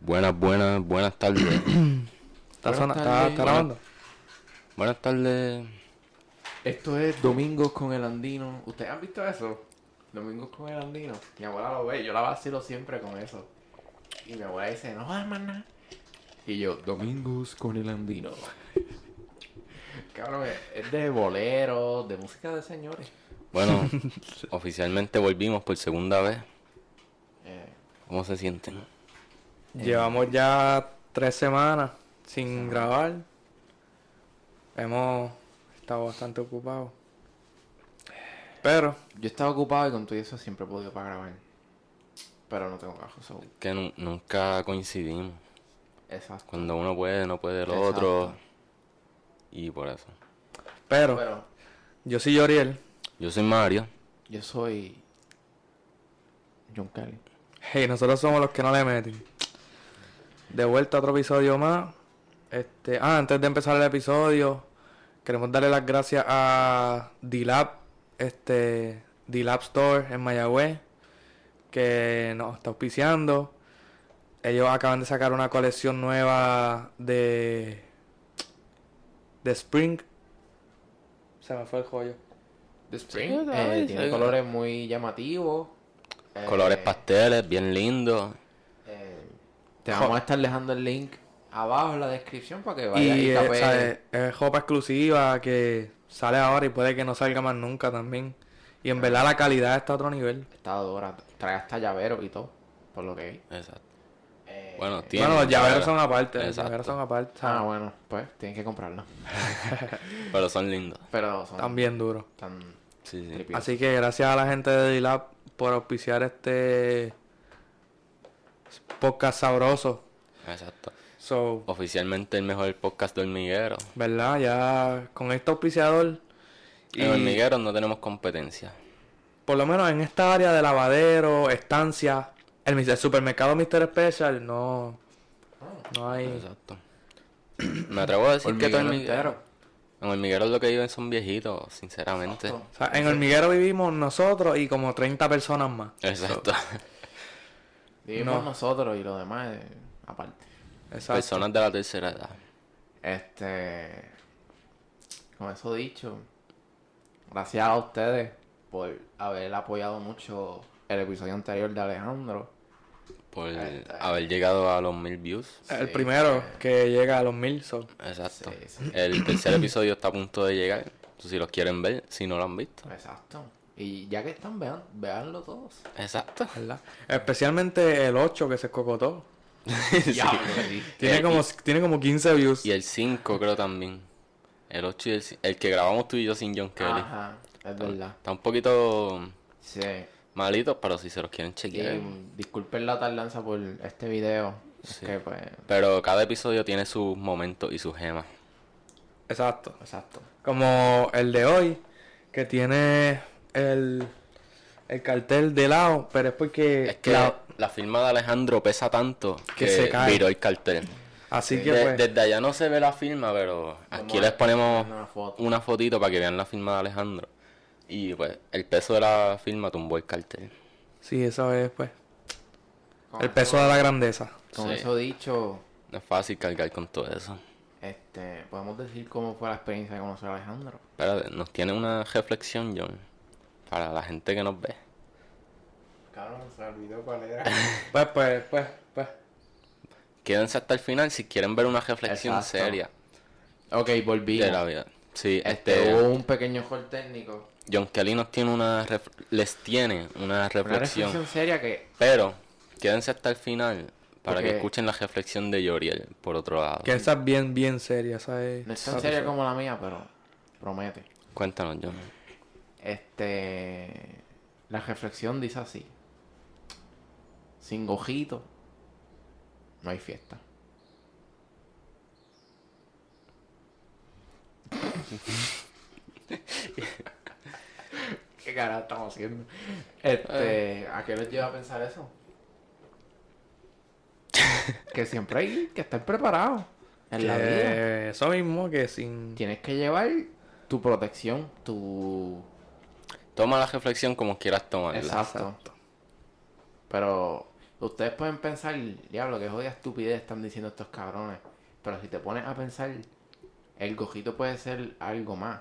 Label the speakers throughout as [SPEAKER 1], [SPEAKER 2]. [SPEAKER 1] Buenas, buenas, buenas tardes. ¿Está
[SPEAKER 2] Buenas
[SPEAKER 1] sona-
[SPEAKER 2] tardes.
[SPEAKER 3] ah,
[SPEAKER 1] está- está grabando? Buenas tardes.
[SPEAKER 2] Esto es Domingos con el Andino. ¿Ustedes han visto eso? Domingos con el Andino. Mi abuela lo ve, yo la vacilo siempre con eso. Y mi abuela dice, no, hermana. Y yo, Domingos con el Andino. Cabrón, es- es de boleros, de música de señores.
[SPEAKER 1] Bueno, oficialmente volvimos por segunda vez.
[SPEAKER 2] Eh,
[SPEAKER 1] ¿Cómo se sienten?
[SPEAKER 3] Llevamos ya tres Eh. semanas sin grabar. Hemos estado bastante ocupados. Pero,
[SPEAKER 2] yo estaba ocupado y con todo eso siempre he podido para grabar. Pero no tengo trabajo, so,
[SPEAKER 1] Que nu- nunca coincidimos.
[SPEAKER 2] exacto.
[SPEAKER 1] Cuando uno puede, no puede el
[SPEAKER 2] Exacto.
[SPEAKER 1] otro. Y por eso.
[SPEAKER 3] pero,
[SPEAKER 2] Pero
[SPEAKER 3] yo soy Yoriel.
[SPEAKER 1] Yo soy Mario.
[SPEAKER 2] yo soy John Kelly.
[SPEAKER 3] Hey, nosotros somos los que no le meten. De vuelta a otro episodio más. Este, ah, antes de empezar el episodio, queremos darle las gracias a D-Lab, este, D-Lab Store en Mayagüez, que nos está auspiciando. Ellos acaban de sacar una colección nueva de. de Spring. Se me fue el joyo.
[SPEAKER 2] The Spring
[SPEAKER 1] Sí,
[SPEAKER 2] eh,
[SPEAKER 1] sí.
[SPEAKER 2] tiene colores muy llamativos. eh,
[SPEAKER 1] Colores pasteles, bien lindos.
[SPEAKER 2] eh, te vamos a estar dejando el link abajo en la descripción para que vayas y,
[SPEAKER 3] Y eh,
[SPEAKER 2] tapees.
[SPEAKER 3] ¿sabes? es ropa exclusiva que sale ahora y puede que no salga más nunca también. Y en verdad la calidad está a otro nivel.
[SPEAKER 2] Está dura. Trae hasta llavero y todo, por lo que vi.
[SPEAKER 1] Exacto.
[SPEAKER 2] Eh,
[SPEAKER 1] Bueno, tiene.
[SPEAKER 3] Bueno, los
[SPEAKER 1] pero-
[SPEAKER 3] llaveros son aparte. Los
[SPEAKER 1] Exacto.
[SPEAKER 3] llaveros son aparte.
[SPEAKER 2] Ah, bueno, pues tienen que comprarlo.
[SPEAKER 1] Pero son lindos.
[SPEAKER 2] Pero son
[SPEAKER 3] Están bien duros.
[SPEAKER 2] tan
[SPEAKER 1] Sí, sí.
[SPEAKER 2] tripios.
[SPEAKER 3] Así que gracias a la gente de D-Lab por auspiciar este podcast sabroso.
[SPEAKER 1] Exacto.
[SPEAKER 3] So,
[SPEAKER 1] Oficialmente el mejor podcast de hormiguero.
[SPEAKER 3] ¿verdad? Ya con este auspiciador. Y
[SPEAKER 1] En hormiguero no tenemos competencia.
[SPEAKER 3] por lo menos en esta área de lavadero, estancia, el, mis- el supermercado Mr. Special, no. No hay.
[SPEAKER 1] Exacto. Me atrevo a decir que todo
[SPEAKER 2] Hormiguero
[SPEAKER 1] hormiguero.
[SPEAKER 2] entero.
[SPEAKER 1] En hormigueros lo que viven son viejitos, sinceramente.
[SPEAKER 3] O sea, en Hormiguero vivimos nosotros y como 30 personas más.
[SPEAKER 1] Exacto.
[SPEAKER 2] Vivimos
[SPEAKER 3] No.
[SPEAKER 2] nosotros y lo demás eh, aparte.
[SPEAKER 3] Exacto.
[SPEAKER 1] Personas de la tercera edad.
[SPEAKER 2] Este. Con eso dicho, gracias a ustedes por haber apoyado mucho el episodio anterior de Alejandro.
[SPEAKER 1] Por
[SPEAKER 2] Ahí está.
[SPEAKER 1] haber llegado a los mil views.
[SPEAKER 3] El
[SPEAKER 2] Sí,
[SPEAKER 3] primero que llega a los mil son.
[SPEAKER 1] Exacto.
[SPEAKER 2] Sí, sí.
[SPEAKER 1] El tercer episodio está a punto de llegar. Si los quieren ver, si no lo han visto.
[SPEAKER 2] Exacto. Y ya que están, vean, veanlo todos.
[SPEAKER 1] Exacto.
[SPEAKER 3] ¿verdad? Especialmente el 8 que se cocotó.
[SPEAKER 1] Sí.
[SPEAKER 2] Diablo, sí.
[SPEAKER 3] Tiene
[SPEAKER 1] Eh,
[SPEAKER 3] como, tiene como 15 views.
[SPEAKER 1] Y el 5 creo también. El 8 y el ci- El que grabamos tú y yo sin John Kelly.
[SPEAKER 2] Ajá, es verdad.
[SPEAKER 1] Está un poquito
[SPEAKER 2] Sí.
[SPEAKER 1] malitos, pero si se los quieren
[SPEAKER 2] Y
[SPEAKER 1] chequear.
[SPEAKER 2] disculpen la tardanza por este video. Es
[SPEAKER 1] Sí.
[SPEAKER 2] que pues.
[SPEAKER 1] Pero cada episodio tiene sus momentos y sus gemas.
[SPEAKER 3] Exacto.
[SPEAKER 2] Exacto.
[SPEAKER 3] Como el de hoy, que tiene el, el cartel de lado, pero es porque.
[SPEAKER 1] Es que
[SPEAKER 3] la-
[SPEAKER 1] la, firma de Alejandro pesa tanto que,
[SPEAKER 3] Que se cae.
[SPEAKER 1] viró el cartel.
[SPEAKER 3] así que
[SPEAKER 1] De-
[SPEAKER 3] pues,
[SPEAKER 1] desde allá no se ve la firma, pero aquí
[SPEAKER 2] a-
[SPEAKER 1] les ponemos
[SPEAKER 2] una foto.
[SPEAKER 1] una fotito para que vean la firma de Alejandro. Y pues el peso de la firma tumbó el cartel.
[SPEAKER 3] Sí, eso es pues.
[SPEAKER 2] Con
[SPEAKER 3] El
[SPEAKER 2] eso-
[SPEAKER 3] peso de la grandeza.
[SPEAKER 2] Con
[SPEAKER 1] Sí.
[SPEAKER 2] eso dicho,
[SPEAKER 1] No es fácil cargar con todo eso.
[SPEAKER 2] este, podemos decir cómo fue la experiencia de conocer a Alejandro.
[SPEAKER 1] Pero nos tiene una reflexión, John, para la gente que nos ve.
[SPEAKER 2] Cabrón, se olvidó cuál era.
[SPEAKER 3] Pues, pues, pues, pues.
[SPEAKER 1] Quédense hasta el final si quieren ver una reflexión
[SPEAKER 2] Exacto.
[SPEAKER 1] seria
[SPEAKER 2] ok, volví.
[SPEAKER 1] de la vida. Sí,
[SPEAKER 2] Este,
[SPEAKER 1] este,
[SPEAKER 2] hubo un pequeño hall técnico.
[SPEAKER 1] John Kelly nos tiene una ref- les tiene una
[SPEAKER 2] Una
[SPEAKER 1] reflexión.
[SPEAKER 2] reflexión seria que
[SPEAKER 1] Pero quédense hasta el final para
[SPEAKER 2] Porque-
[SPEAKER 1] que escuchen la reflexión de Yoriel, por otro lado.
[SPEAKER 3] Que esa es bien, bien seria. Esa es,
[SPEAKER 2] no es tan seria como la mía, pero promete.
[SPEAKER 1] Cuéntanos, John.
[SPEAKER 2] Este, la reflexión dice así. Sin gojito, no hay fiesta. ¿Qué cara estamos haciendo? Este, ¿a qué les lleva a pensar eso? que siempre hay que estar preparado en la vida.
[SPEAKER 3] Que Eso mismo que sin.
[SPEAKER 2] Tienes que llevar tu protección, tu
[SPEAKER 1] Toma la reflexión como quieras tomarla.
[SPEAKER 2] Exacto. Pero Ustedes pueden pensar, diablo, qué jodida estupidez están diciendo estos cabrones. Pero si te pones a pensar, el gojito puede ser algo más.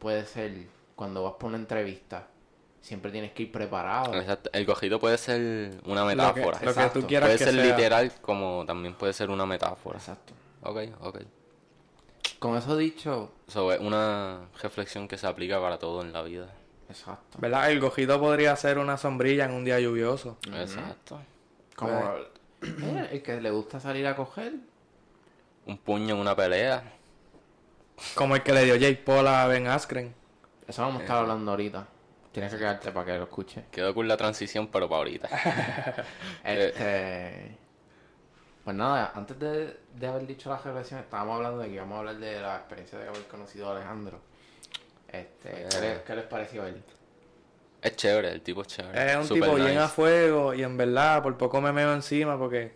[SPEAKER 2] Puede ser cuando vas por una entrevista, siempre tienes que ir preparado.
[SPEAKER 1] Exacto. El cojito puede ser una
[SPEAKER 3] Lo que,
[SPEAKER 1] metáfora.
[SPEAKER 3] lo que tú
[SPEAKER 2] Exacto.
[SPEAKER 3] quieras
[SPEAKER 1] puede
[SPEAKER 3] que
[SPEAKER 1] ser
[SPEAKER 3] sea.
[SPEAKER 1] literal como también puede ser una metáfora.
[SPEAKER 2] Exacto.
[SPEAKER 1] Ok, ok.
[SPEAKER 2] Con eso dicho,
[SPEAKER 1] Eso es una reflexión que se aplica para todo en la vida.
[SPEAKER 2] exacto.
[SPEAKER 3] ¿Verdad? El gojito podría ser una sombrilla en un día lluvioso.
[SPEAKER 1] Exacto.
[SPEAKER 2] Como eh, el que le gusta salir a coger.
[SPEAKER 1] Un puño en una pelea.
[SPEAKER 3] Como el que le dio Jake Paul a Ben Askren.
[SPEAKER 2] Eso vamos a estar hablando ahorita. Tienes que quedarte para que lo escuche.
[SPEAKER 1] Quedó con la transición, pero para ahorita.
[SPEAKER 2] Este. Pues nada, antes de, de haber dicho la relación, estábamos hablando de que íbamos a hablar de la experiencia de haber conocido a Alejandro. Este,
[SPEAKER 3] Pues,
[SPEAKER 2] ¿qué,
[SPEAKER 3] eh,
[SPEAKER 2] le- qué les pareció a él?
[SPEAKER 1] es chévere, el tipo es chévere.
[SPEAKER 2] Eh,
[SPEAKER 3] Es un
[SPEAKER 1] Super
[SPEAKER 3] tipo bien
[SPEAKER 1] nice.
[SPEAKER 3] a fuego y en verdad por poco me meo encima porque,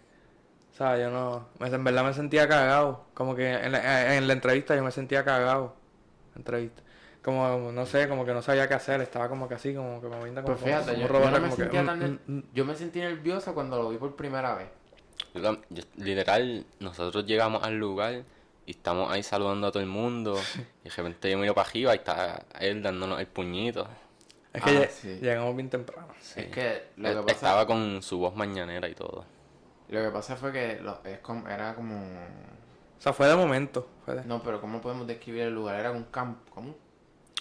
[SPEAKER 3] o sea, yo no, me- en verdad me sentía cagado. Como que en la, en la entrevista yo me sentía cagado. Entrevista. Como, no sé, como que no sabía qué hacer, estaba como que así, como que me viendo como,
[SPEAKER 2] Pues fíjate,
[SPEAKER 3] como un
[SPEAKER 2] yo, yo
[SPEAKER 3] robot,
[SPEAKER 2] no me
[SPEAKER 3] como que,
[SPEAKER 2] sentía
[SPEAKER 3] mm,
[SPEAKER 2] tan ner-
[SPEAKER 3] mm, mm.
[SPEAKER 2] yo me sentí nervioso cuando lo vi por primera vez.
[SPEAKER 1] Yo tam- yo- literal, nosotros llegamos al lugar y estamos ahí saludando a todo el mundo. Y de repente yo miro para arriba y está él dándonos el puñito.
[SPEAKER 3] Es que
[SPEAKER 2] Ah,
[SPEAKER 3] lle-
[SPEAKER 2] sí.
[SPEAKER 3] llegamos bien temprano.
[SPEAKER 1] Sí.
[SPEAKER 2] Es que
[SPEAKER 3] E-
[SPEAKER 2] lo
[SPEAKER 1] Él
[SPEAKER 2] que, pasa,
[SPEAKER 1] eh, Estaba con su voz mañanera y todo.
[SPEAKER 2] lo que pasa fue que lo- es como- era como...
[SPEAKER 3] O sea, fue de momento. Fue de-
[SPEAKER 2] No, pero ¿cómo podemos describir el lugar? Era un campo, como un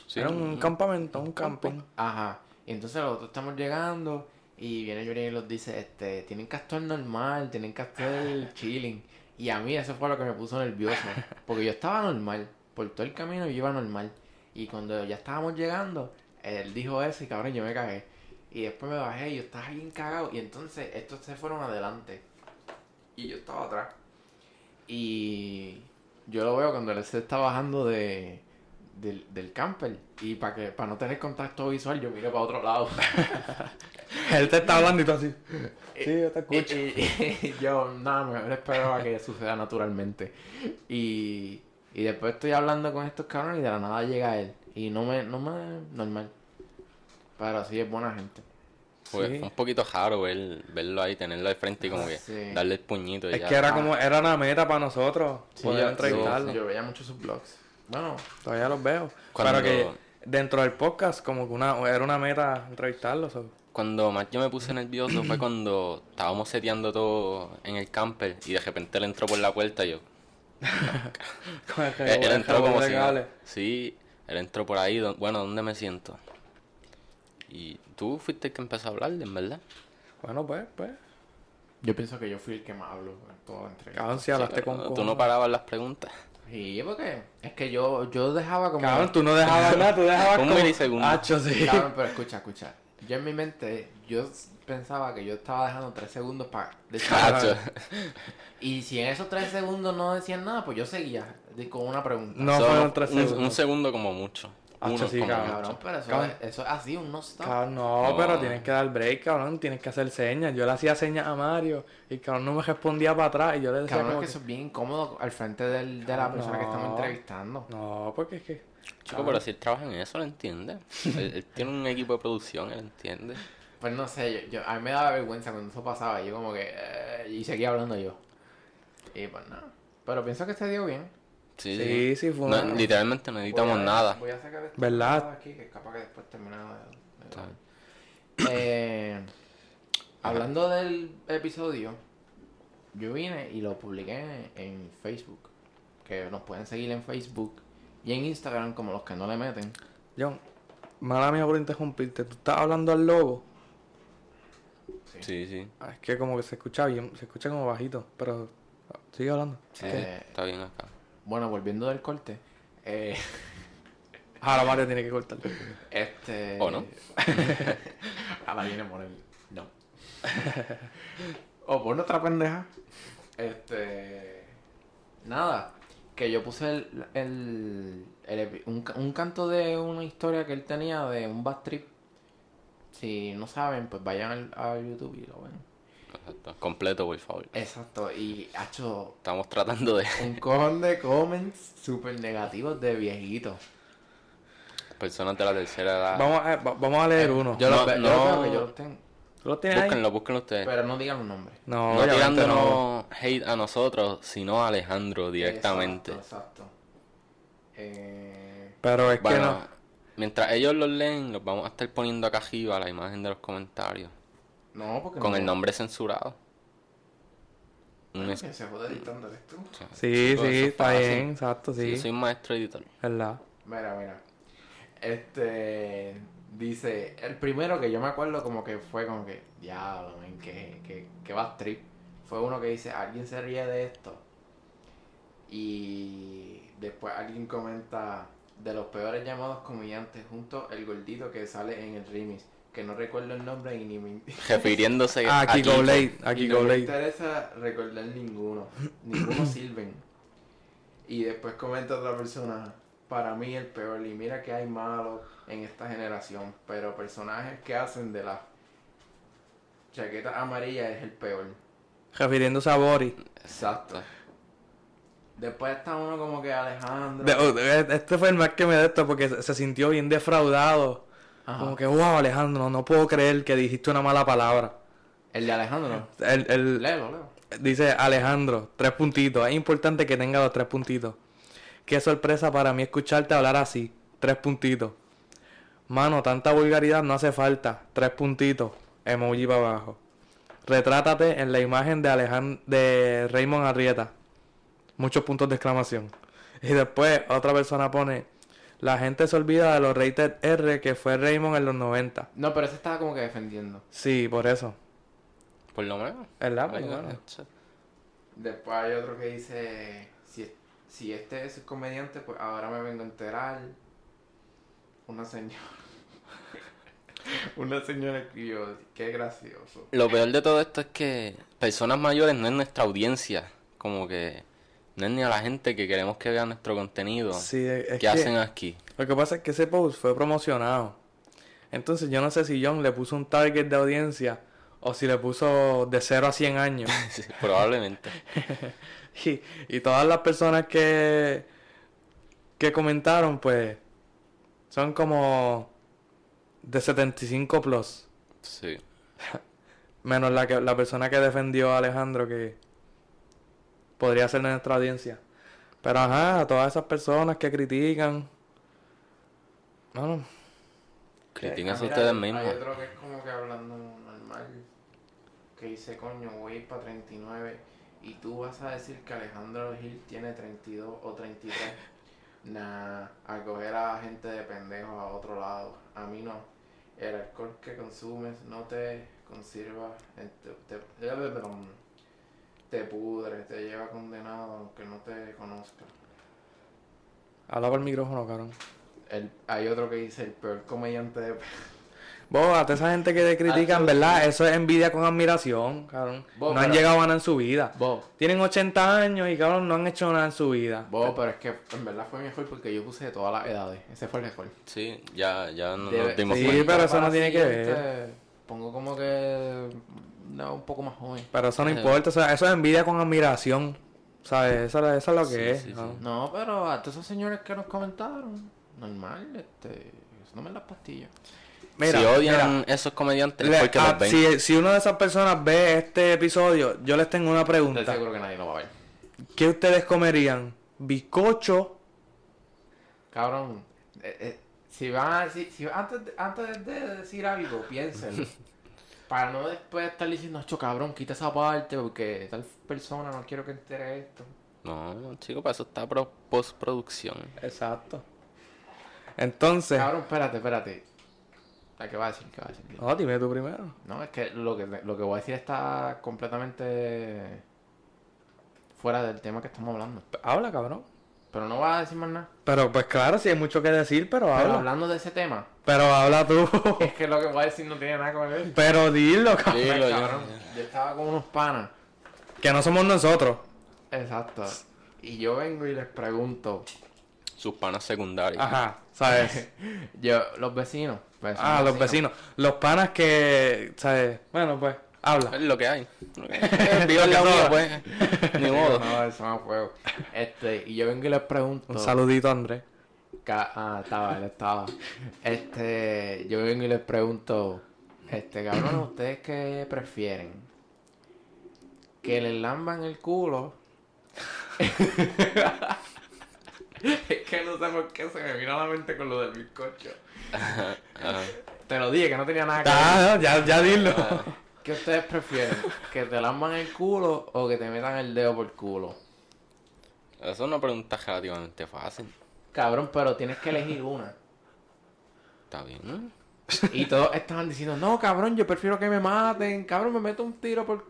[SPEAKER 1] Sí,
[SPEAKER 3] Era un campamento, un
[SPEAKER 1] campo.
[SPEAKER 3] camping.
[SPEAKER 2] Ajá. Y entonces nosotros estamos llegando y viene Yuri y los dice, este, tienen que actuar normal, tienen que actuar chilling. Y a mí eso fue lo que me puso nervioso. Porque yo estaba normal. Por todo el camino yo iba normal. Y cuando ya estábamos llegando, él dijo eso y cabrón, yo me cagué. Y después me bajé y yo estaba bien cagado. Y entonces estos se fueron adelante. Y yo estaba atrás. Y yo lo veo cuando él se está bajando de, del, del camper. Y para que para no tener contacto visual, yo miro para otro lado.
[SPEAKER 3] Él te está hablando y tú así. Sí, yo te
[SPEAKER 2] Y,
[SPEAKER 3] escucho.
[SPEAKER 2] y- y yo, nada, mejor esperaba que suceda naturalmente. Y, y después estoy hablando con estos cabrones y de la nada llega él. Y no me, no me, normal. Pero sí es buena gente.
[SPEAKER 1] Fue,
[SPEAKER 3] Sí.
[SPEAKER 1] fue un poquito raro ver- verlo ahí, tenerlo de frente y como que
[SPEAKER 2] Sí.
[SPEAKER 1] darle el puñito. Y
[SPEAKER 3] Es
[SPEAKER 1] ya.
[SPEAKER 3] que era como, era una meta para nosotros
[SPEAKER 2] Sí,
[SPEAKER 3] poder
[SPEAKER 2] yo,
[SPEAKER 3] entrevistarlo.
[SPEAKER 2] yo- yo veía mucho sus blogs. Bueno,
[SPEAKER 3] Todavía los veo.
[SPEAKER 1] Cuando-
[SPEAKER 3] Pero que dentro del podcast, como que una, era una meta entrevistarlos. o-
[SPEAKER 1] Cuando más yo me puse nervioso fue cuando estábamos seteando todo en el camper y de repente él entró por la puerta y yo,
[SPEAKER 3] Como que,
[SPEAKER 1] Eh, Él, él
[SPEAKER 3] bueno,
[SPEAKER 1] entró como
[SPEAKER 3] bueno,
[SPEAKER 1] si...
[SPEAKER 3] dale.
[SPEAKER 1] Sí, él entró por ahí. don- Bueno, ¿dónde me siento? Y tú fuiste el que empezó a hablarle, en verdad.
[SPEAKER 3] Bueno, pues, pues.
[SPEAKER 2] yo pienso que yo fui el que más hablo en toda la entrevista.
[SPEAKER 3] Cabrón, si hablaste
[SPEAKER 1] Sí,
[SPEAKER 3] con
[SPEAKER 1] cabrón, Tú
[SPEAKER 3] cojones.
[SPEAKER 1] no parabas las preguntas.
[SPEAKER 2] Sí, porque es que yo, yo dejaba como.
[SPEAKER 3] Cabrón, tú no dejabas nada, tú dejabas
[SPEAKER 1] Un
[SPEAKER 3] como...
[SPEAKER 1] milisegundo.
[SPEAKER 3] Hacho, sí.
[SPEAKER 2] Cabrón, pero escucha, escucha. Yo en mi mente, yo s- pensaba que yo estaba dejando tres segundos para
[SPEAKER 1] Cacho.
[SPEAKER 2] Y si en esos tres segundos no decían nada, pues yo seguía de- con una pregunta.
[SPEAKER 3] No
[SPEAKER 1] Solo
[SPEAKER 3] fueron tres
[SPEAKER 1] un,
[SPEAKER 3] segundos.
[SPEAKER 1] un segundo como mucho.
[SPEAKER 3] Ah,
[SPEAKER 1] Uno
[SPEAKER 3] sí,
[SPEAKER 1] como
[SPEAKER 3] cabrón.
[SPEAKER 2] Cabrón, pero eso,
[SPEAKER 3] Cabrón.
[SPEAKER 2] Es, eso es así, un no stop.
[SPEAKER 3] Cabrón, no,
[SPEAKER 1] No.
[SPEAKER 3] pero tienes que dar break, cabrón. Tienes que hacer señas. Yo le hacía señas a Mario y el cabrón no me respondía para atrás. Y yo le decía
[SPEAKER 2] Cabrón, es
[SPEAKER 3] como
[SPEAKER 2] que
[SPEAKER 3] que-
[SPEAKER 2] eso es bien incómodo al frente del- de la persona que estamos
[SPEAKER 3] no.
[SPEAKER 2] entrevistando.
[SPEAKER 3] No, porque es que...
[SPEAKER 1] Chico, pero si él trabaja en eso, ¿lo entiende? él, él tiene un equipo de producción, ¿él entiende?
[SPEAKER 2] Pues no sé, yo, yo- a mí me daba vergüenza cuando eso pasaba. Yo como que... eh, y seguía hablando yo. Y pues nada. Pero pienso que se dio bien.
[SPEAKER 1] Sí,
[SPEAKER 3] Sí, sí, fue
[SPEAKER 1] No,
[SPEAKER 3] una-
[SPEAKER 1] Literalmente no editamos
[SPEAKER 2] Voy a-
[SPEAKER 1] nada.
[SPEAKER 2] Voy a sacar esto
[SPEAKER 3] ¿Verdad?
[SPEAKER 2] grabado aquí, que capaz que después terminaba de- de-
[SPEAKER 1] Está bien.
[SPEAKER 2] Eh, hablando del episodio, yo vine y lo publiqué en Facebook. Que nos pueden seguir en Facebook y en Instagram como los que no le meten.
[SPEAKER 3] John, mala mía por interrumpirte. Tú estás hablando al lobo.
[SPEAKER 1] Sí, sí.
[SPEAKER 3] Ah, es que como que se escucha bien, se escucha como bajito. Pero ah, sigue hablando.
[SPEAKER 1] sí,
[SPEAKER 2] Eh.
[SPEAKER 1] Está bien acá.
[SPEAKER 2] Bueno, volviendo del corte. eh,
[SPEAKER 3] Ahora Mario tiene que cortar.
[SPEAKER 2] este...
[SPEAKER 1] ¿O no?
[SPEAKER 2] Ahora viene Morel. No. o por otra pendeja. Este... Nada. Que yo puse el, el- el epi- un, ca- un canto de una historia que él tenía de un bad trip. Si no saben, pues vayan al, a YouTube y lo ven.
[SPEAKER 1] Exacto. Completo, por favor.
[SPEAKER 2] Exacto. Y ha hecho
[SPEAKER 1] Estamos tratando de...
[SPEAKER 2] un cojón de comments súper negativos de viejitos.
[SPEAKER 1] Personas de la tercera edad.
[SPEAKER 3] Vamos a, va- vamos a leer uno.
[SPEAKER 1] Yo-
[SPEAKER 2] no,
[SPEAKER 1] lo-
[SPEAKER 2] Eh, yo
[SPEAKER 1] no-
[SPEAKER 2] creo que yo los tengo.
[SPEAKER 3] ¿Tú los tienes ahí?
[SPEAKER 1] Búsquenlo, búsquenlo ustedes.
[SPEAKER 2] Pero no digan los nombres.
[SPEAKER 3] No,
[SPEAKER 1] no
[SPEAKER 3] obviamente
[SPEAKER 1] tirándonos
[SPEAKER 3] no.
[SPEAKER 1] hate a nosotros, sino a Alejandro directamente.
[SPEAKER 2] Exacto. exacto. Eh,
[SPEAKER 3] Pero es que
[SPEAKER 1] Bueno,
[SPEAKER 3] no.
[SPEAKER 1] mientras ellos los leen, los vamos a estar poniendo acá arriba la imagen de los comentarios.
[SPEAKER 2] no, porque
[SPEAKER 1] Con
[SPEAKER 2] no-
[SPEAKER 1] el nombre censurado.
[SPEAKER 3] Ah,
[SPEAKER 1] Un
[SPEAKER 2] Bueno,
[SPEAKER 1] es-
[SPEAKER 2] que se jode editando eres tú.
[SPEAKER 3] Sí,
[SPEAKER 1] Chico, eso
[SPEAKER 3] sí,
[SPEAKER 1] es
[SPEAKER 3] está
[SPEAKER 1] fácil.
[SPEAKER 3] bien, exacto,
[SPEAKER 1] Sí,
[SPEAKER 3] sí.
[SPEAKER 1] Yo soy un maestro editor.
[SPEAKER 3] ¿Verdad?
[SPEAKER 2] Mira, mira. Este. Dice. El primero que yo me acuerdo, como que fue como que. Diablo, man, que, que, que bad trip. Fue uno que dice: Alguien se ríe de esto. Y. Después alguien comenta. De los peores llamados comediantes, junto el gordito que sale en el remix. Que no recuerdo el nombre y ni me.
[SPEAKER 1] Refiriéndose
[SPEAKER 3] Ah, Kiko Blade, a
[SPEAKER 2] Y
[SPEAKER 3] Kiko
[SPEAKER 2] no me
[SPEAKER 3] Blade.
[SPEAKER 2] interesa recordar ninguno. Ninguno sirven. Y después comenta otra persona. Para mí el peor. Y mira que hay malos en esta generación. Pero personajes que hacen de la chaqueta amarilla es el peor.
[SPEAKER 3] Refiriéndose a Boris.
[SPEAKER 2] Exacto. Después está uno como que Alejandro.
[SPEAKER 3] De- oh, eh, este fue el más que me de esto porque se, se sintió bien defraudado.
[SPEAKER 2] Ajá.
[SPEAKER 3] Como que, wow, Alejandro, no puedo creer que dijiste una mala palabra.
[SPEAKER 2] El de Alejandro.
[SPEAKER 3] El, el-
[SPEAKER 2] Léelo, léelo.
[SPEAKER 3] dice Alejandro, tres puntitos. Es importante que tenga los tres puntitos. Qué sorpresa para mí escucharte hablar así. Tres puntitos. Mano, tanta vulgaridad no hace falta. Tres puntitos. Emoji para abajo. Retrátate en la imagen de Alejan- de Raymond Arrieta. Muchos puntos de exclamación. Y después otra persona pone, la gente se olvida de los rated R que fue Raymond en los 90.
[SPEAKER 2] No, pero ese estaba como que defendiendo.
[SPEAKER 3] Sí, por eso.
[SPEAKER 1] Por lo menos.
[SPEAKER 3] ¿Verdad? Pues, Por lo
[SPEAKER 1] Algo,
[SPEAKER 3] menos.
[SPEAKER 1] che.
[SPEAKER 2] Después hay otro que dice, si, si este es comediante, pues ahora me vengo a enterar. Una señora. Una señora escribió, qué gracioso.
[SPEAKER 1] Lo peor de todo esto es que personas mayores no es nuestra audiencia. Como que no es ni a la gente que queremos que vea nuestro contenido.
[SPEAKER 3] Sí, es
[SPEAKER 1] ¿Qué
[SPEAKER 3] que-
[SPEAKER 1] hacen aquí?
[SPEAKER 3] Lo que pasa es que ese post fue promocionado. Entonces yo no sé si John le puso un target de audiencia o si le puso de 0 a 100 años.
[SPEAKER 1] Sí, probablemente.
[SPEAKER 3] y, y todas las personas que, que comentaron, pues, son como de 75 plus.
[SPEAKER 1] Sí.
[SPEAKER 3] Menos la, que, la persona que defendió a Alejandro, que podría ser nuestra audiencia. Pero ajá, a todas esas personas que critican. Bueno,
[SPEAKER 1] Critíquense
[SPEAKER 2] Ah, mira,
[SPEAKER 1] ustedes
[SPEAKER 2] hay-
[SPEAKER 1] mismos.
[SPEAKER 2] Hay otro que es como que hablando normal. Que dice, coño, voy para 39. Y tú vas a decir que Alejandro Gil tiene 32 o 33. nah, a coger a gente de pendejo a otro lado. A mí no. El alcohol que consumes no te conserva. eh, Te, te- eh, perdón, te pudre, te lleva condenado aunque no te conozca.
[SPEAKER 3] habla por el micrófono, cabrón.
[SPEAKER 2] El, hay otro que dice, el peor comediante de...
[SPEAKER 3] Vos, a toda esa gente que te critican,
[SPEAKER 2] Hacho,
[SPEAKER 3] ¿verdad? Eso es envidia con admiración, cabrón.
[SPEAKER 2] Vos,
[SPEAKER 3] no han
[SPEAKER 2] pero-
[SPEAKER 3] llegado a nada en su vida.
[SPEAKER 2] Bob.
[SPEAKER 3] Tienen 80 años y, cabrón, no han hecho nada en su vida.
[SPEAKER 2] Bo, pero es que en verdad fue mejor porque yo puse de todas las edades. Ese fue el mejor.
[SPEAKER 1] Sí, ya, ya no
[SPEAKER 2] Debe-
[SPEAKER 1] nos dimos
[SPEAKER 3] sí,
[SPEAKER 1] cuenta.
[SPEAKER 3] pero eso no
[SPEAKER 2] Para
[SPEAKER 3] tiene que
[SPEAKER 2] siguiente,
[SPEAKER 3] ver.
[SPEAKER 2] Pongo como que. No, un poco más joven.
[SPEAKER 3] Pero eso no
[SPEAKER 1] Ajá.
[SPEAKER 3] importa, o sea, eso es envidia con admiración. ¿Sabes? Eso, eso es lo que
[SPEAKER 1] Sí,
[SPEAKER 3] es.
[SPEAKER 1] sí, sí.
[SPEAKER 3] cabrón.
[SPEAKER 2] No, pero a todos esos señores que nos comentaron. Normal, este. No me las pastillas.
[SPEAKER 3] Mira,
[SPEAKER 1] si odian
[SPEAKER 3] mira,
[SPEAKER 1] esos comediantes
[SPEAKER 3] le-
[SPEAKER 1] es porque
[SPEAKER 3] ah,
[SPEAKER 1] los ven.
[SPEAKER 3] si, si una de esas personas ve este episodio, yo les tengo una
[SPEAKER 2] Estoy
[SPEAKER 3] pregunta.
[SPEAKER 2] seguro que nadie lo va a ver.
[SPEAKER 3] ¿Qué ustedes comerían? ¿Bizcocho?
[SPEAKER 2] Cabrón. eh, eh, si van a decir. Si, antes, de- antes de decir algo, piénsenlo. Para no después estar diciendo, "Acho, cabrón, quita esa parte porque tal persona no quiero que entere esto.
[SPEAKER 1] No, no, chico, para eso está pro- postproducción.
[SPEAKER 3] Exacto. Entonces...
[SPEAKER 2] Cabrón, espérate, espérate. ¿A qué va a decir? ¿Qué va a decir?
[SPEAKER 3] No, dime tú primero.
[SPEAKER 2] No, es que lo que, lo que voy a decir está completamente fuera del tema que estamos hablando.
[SPEAKER 3] Habla, cabrón.
[SPEAKER 2] Pero no vas a decir más nada.
[SPEAKER 3] Pero pues claro, sí hay mucho que decir, pero
[SPEAKER 2] Pero
[SPEAKER 3] habla.
[SPEAKER 2] hablando de ese tema,
[SPEAKER 3] Pero habla tú.
[SPEAKER 2] es que lo que voy a decir no tiene nada que ver.
[SPEAKER 3] pero dilo, cabrón.
[SPEAKER 1] Sí,
[SPEAKER 2] Ay,
[SPEAKER 1] lo-
[SPEAKER 2] cabrón, yo estaba con unos panas.
[SPEAKER 3] Que no somos nosotros.
[SPEAKER 2] Exacto. Y yo vengo y les pregunto.
[SPEAKER 1] Sus panas secundarios.
[SPEAKER 3] Ajá, ¿sabes?
[SPEAKER 2] Yo, los vecinos. pues, son
[SPEAKER 3] ah, los vecinos. Los panas que, ¿sabes? Bueno, pues, habla.
[SPEAKER 1] Es lo que hay.
[SPEAKER 3] Digo
[SPEAKER 1] Digo
[SPEAKER 3] que
[SPEAKER 1] la
[SPEAKER 3] todo.
[SPEAKER 1] vida, pues. Ni modo.
[SPEAKER 2] No, eso no fue. Este, y yo vengo y les pregunto.
[SPEAKER 3] Un saludito, Andrés.
[SPEAKER 2] Ca- Ah, estaba, él estaba. Este, yo vengo y les pregunto, Este, cabrón, ¿ustedes qué prefieren? ¿Que le lamban el culo? es que no sé por qué se me vino a la mente con lo del bizcocho.
[SPEAKER 1] Ajá.
[SPEAKER 2] Te lo dije que no tenía nada que ver.
[SPEAKER 3] Ah, ya, ya dilo.
[SPEAKER 1] Ah.
[SPEAKER 2] ¿Qué ustedes prefieren? ¿Que te lamban el culo o que te metan el dedo por el culo?
[SPEAKER 1] Eso es una pregunta relativamente fácil.
[SPEAKER 2] Cabrón, pero tienes que elegir una.
[SPEAKER 1] Está bien, ¿no?
[SPEAKER 2] Y todos estaban diciendo, no, cabrón, yo prefiero que me maten, cabrón, me meto un tiro por...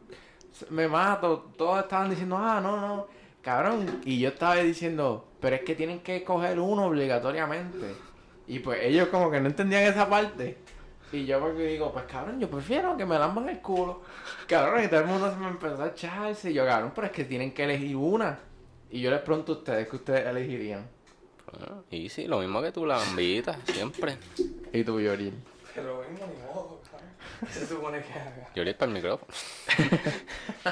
[SPEAKER 2] Me mato. Todos estaban diciendo, ah, no, no, cabrón. Y yo estaba diciendo, pero es que tienen que coger uno obligatoriamente. Y pues ellos como que no entendían esa parte. Y yo porque digo, pues cabrón, yo prefiero que me lamban el culo. Cabrón, y todo el mundo se me empezó a echarse. Y yo, cabrón, pero es que tienen que elegir una. Y yo les pregunto a ustedes que ustedes elegirían.
[SPEAKER 1] Bueno, y sí, lo mismo que tú, la gambitas, siempre.
[SPEAKER 2] Y tú, Yori.
[SPEAKER 4] Pero mismo ni modo, cabrón. Se supone que haga.
[SPEAKER 1] Yo le para el micrófono.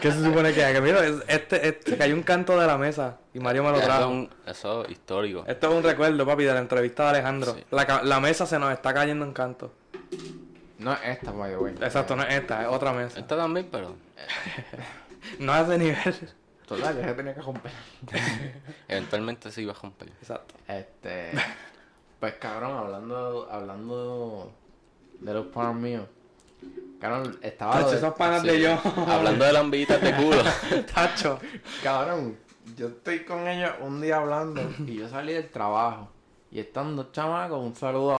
[SPEAKER 3] ¿Qué se supone que haga? Mira, es- este, este, cayó un canto de la mesa y Mario me lo
[SPEAKER 1] Eso es,
[SPEAKER 3] trajo.
[SPEAKER 1] un- eso es histórico.
[SPEAKER 3] Esto es un recuerdo, papi, de la entrevista de Alejandro.
[SPEAKER 1] Sí.
[SPEAKER 3] La, ca- la mesa se nos está cayendo en canto.
[SPEAKER 2] No es esta, by the way.
[SPEAKER 3] Exacto, no es esta, es otra mesa.
[SPEAKER 1] Esta también, pero
[SPEAKER 3] No es de nivel.
[SPEAKER 2] Total, yo se tenía que romper.
[SPEAKER 1] eventualmente se iba a romper.
[SPEAKER 3] Exacto.
[SPEAKER 2] Este. Pues cabrón, hablando. Hablando de los panos míos. Cabrón, estaba. lo
[SPEAKER 3] Tacho,
[SPEAKER 2] de-
[SPEAKER 3] esos panas
[SPEAKER 1] Ah, sí.
[SPEAKER 3] de yo.
[SPEAKER 1] Hablando de lambitas de culo.
[SPEAKER 3] Tacho.
[SPEAKER 2] Cabrón, yo estoy con ellos un día hablando. Y yo salí del trabajo. Y están dos chamacos, un saludo a.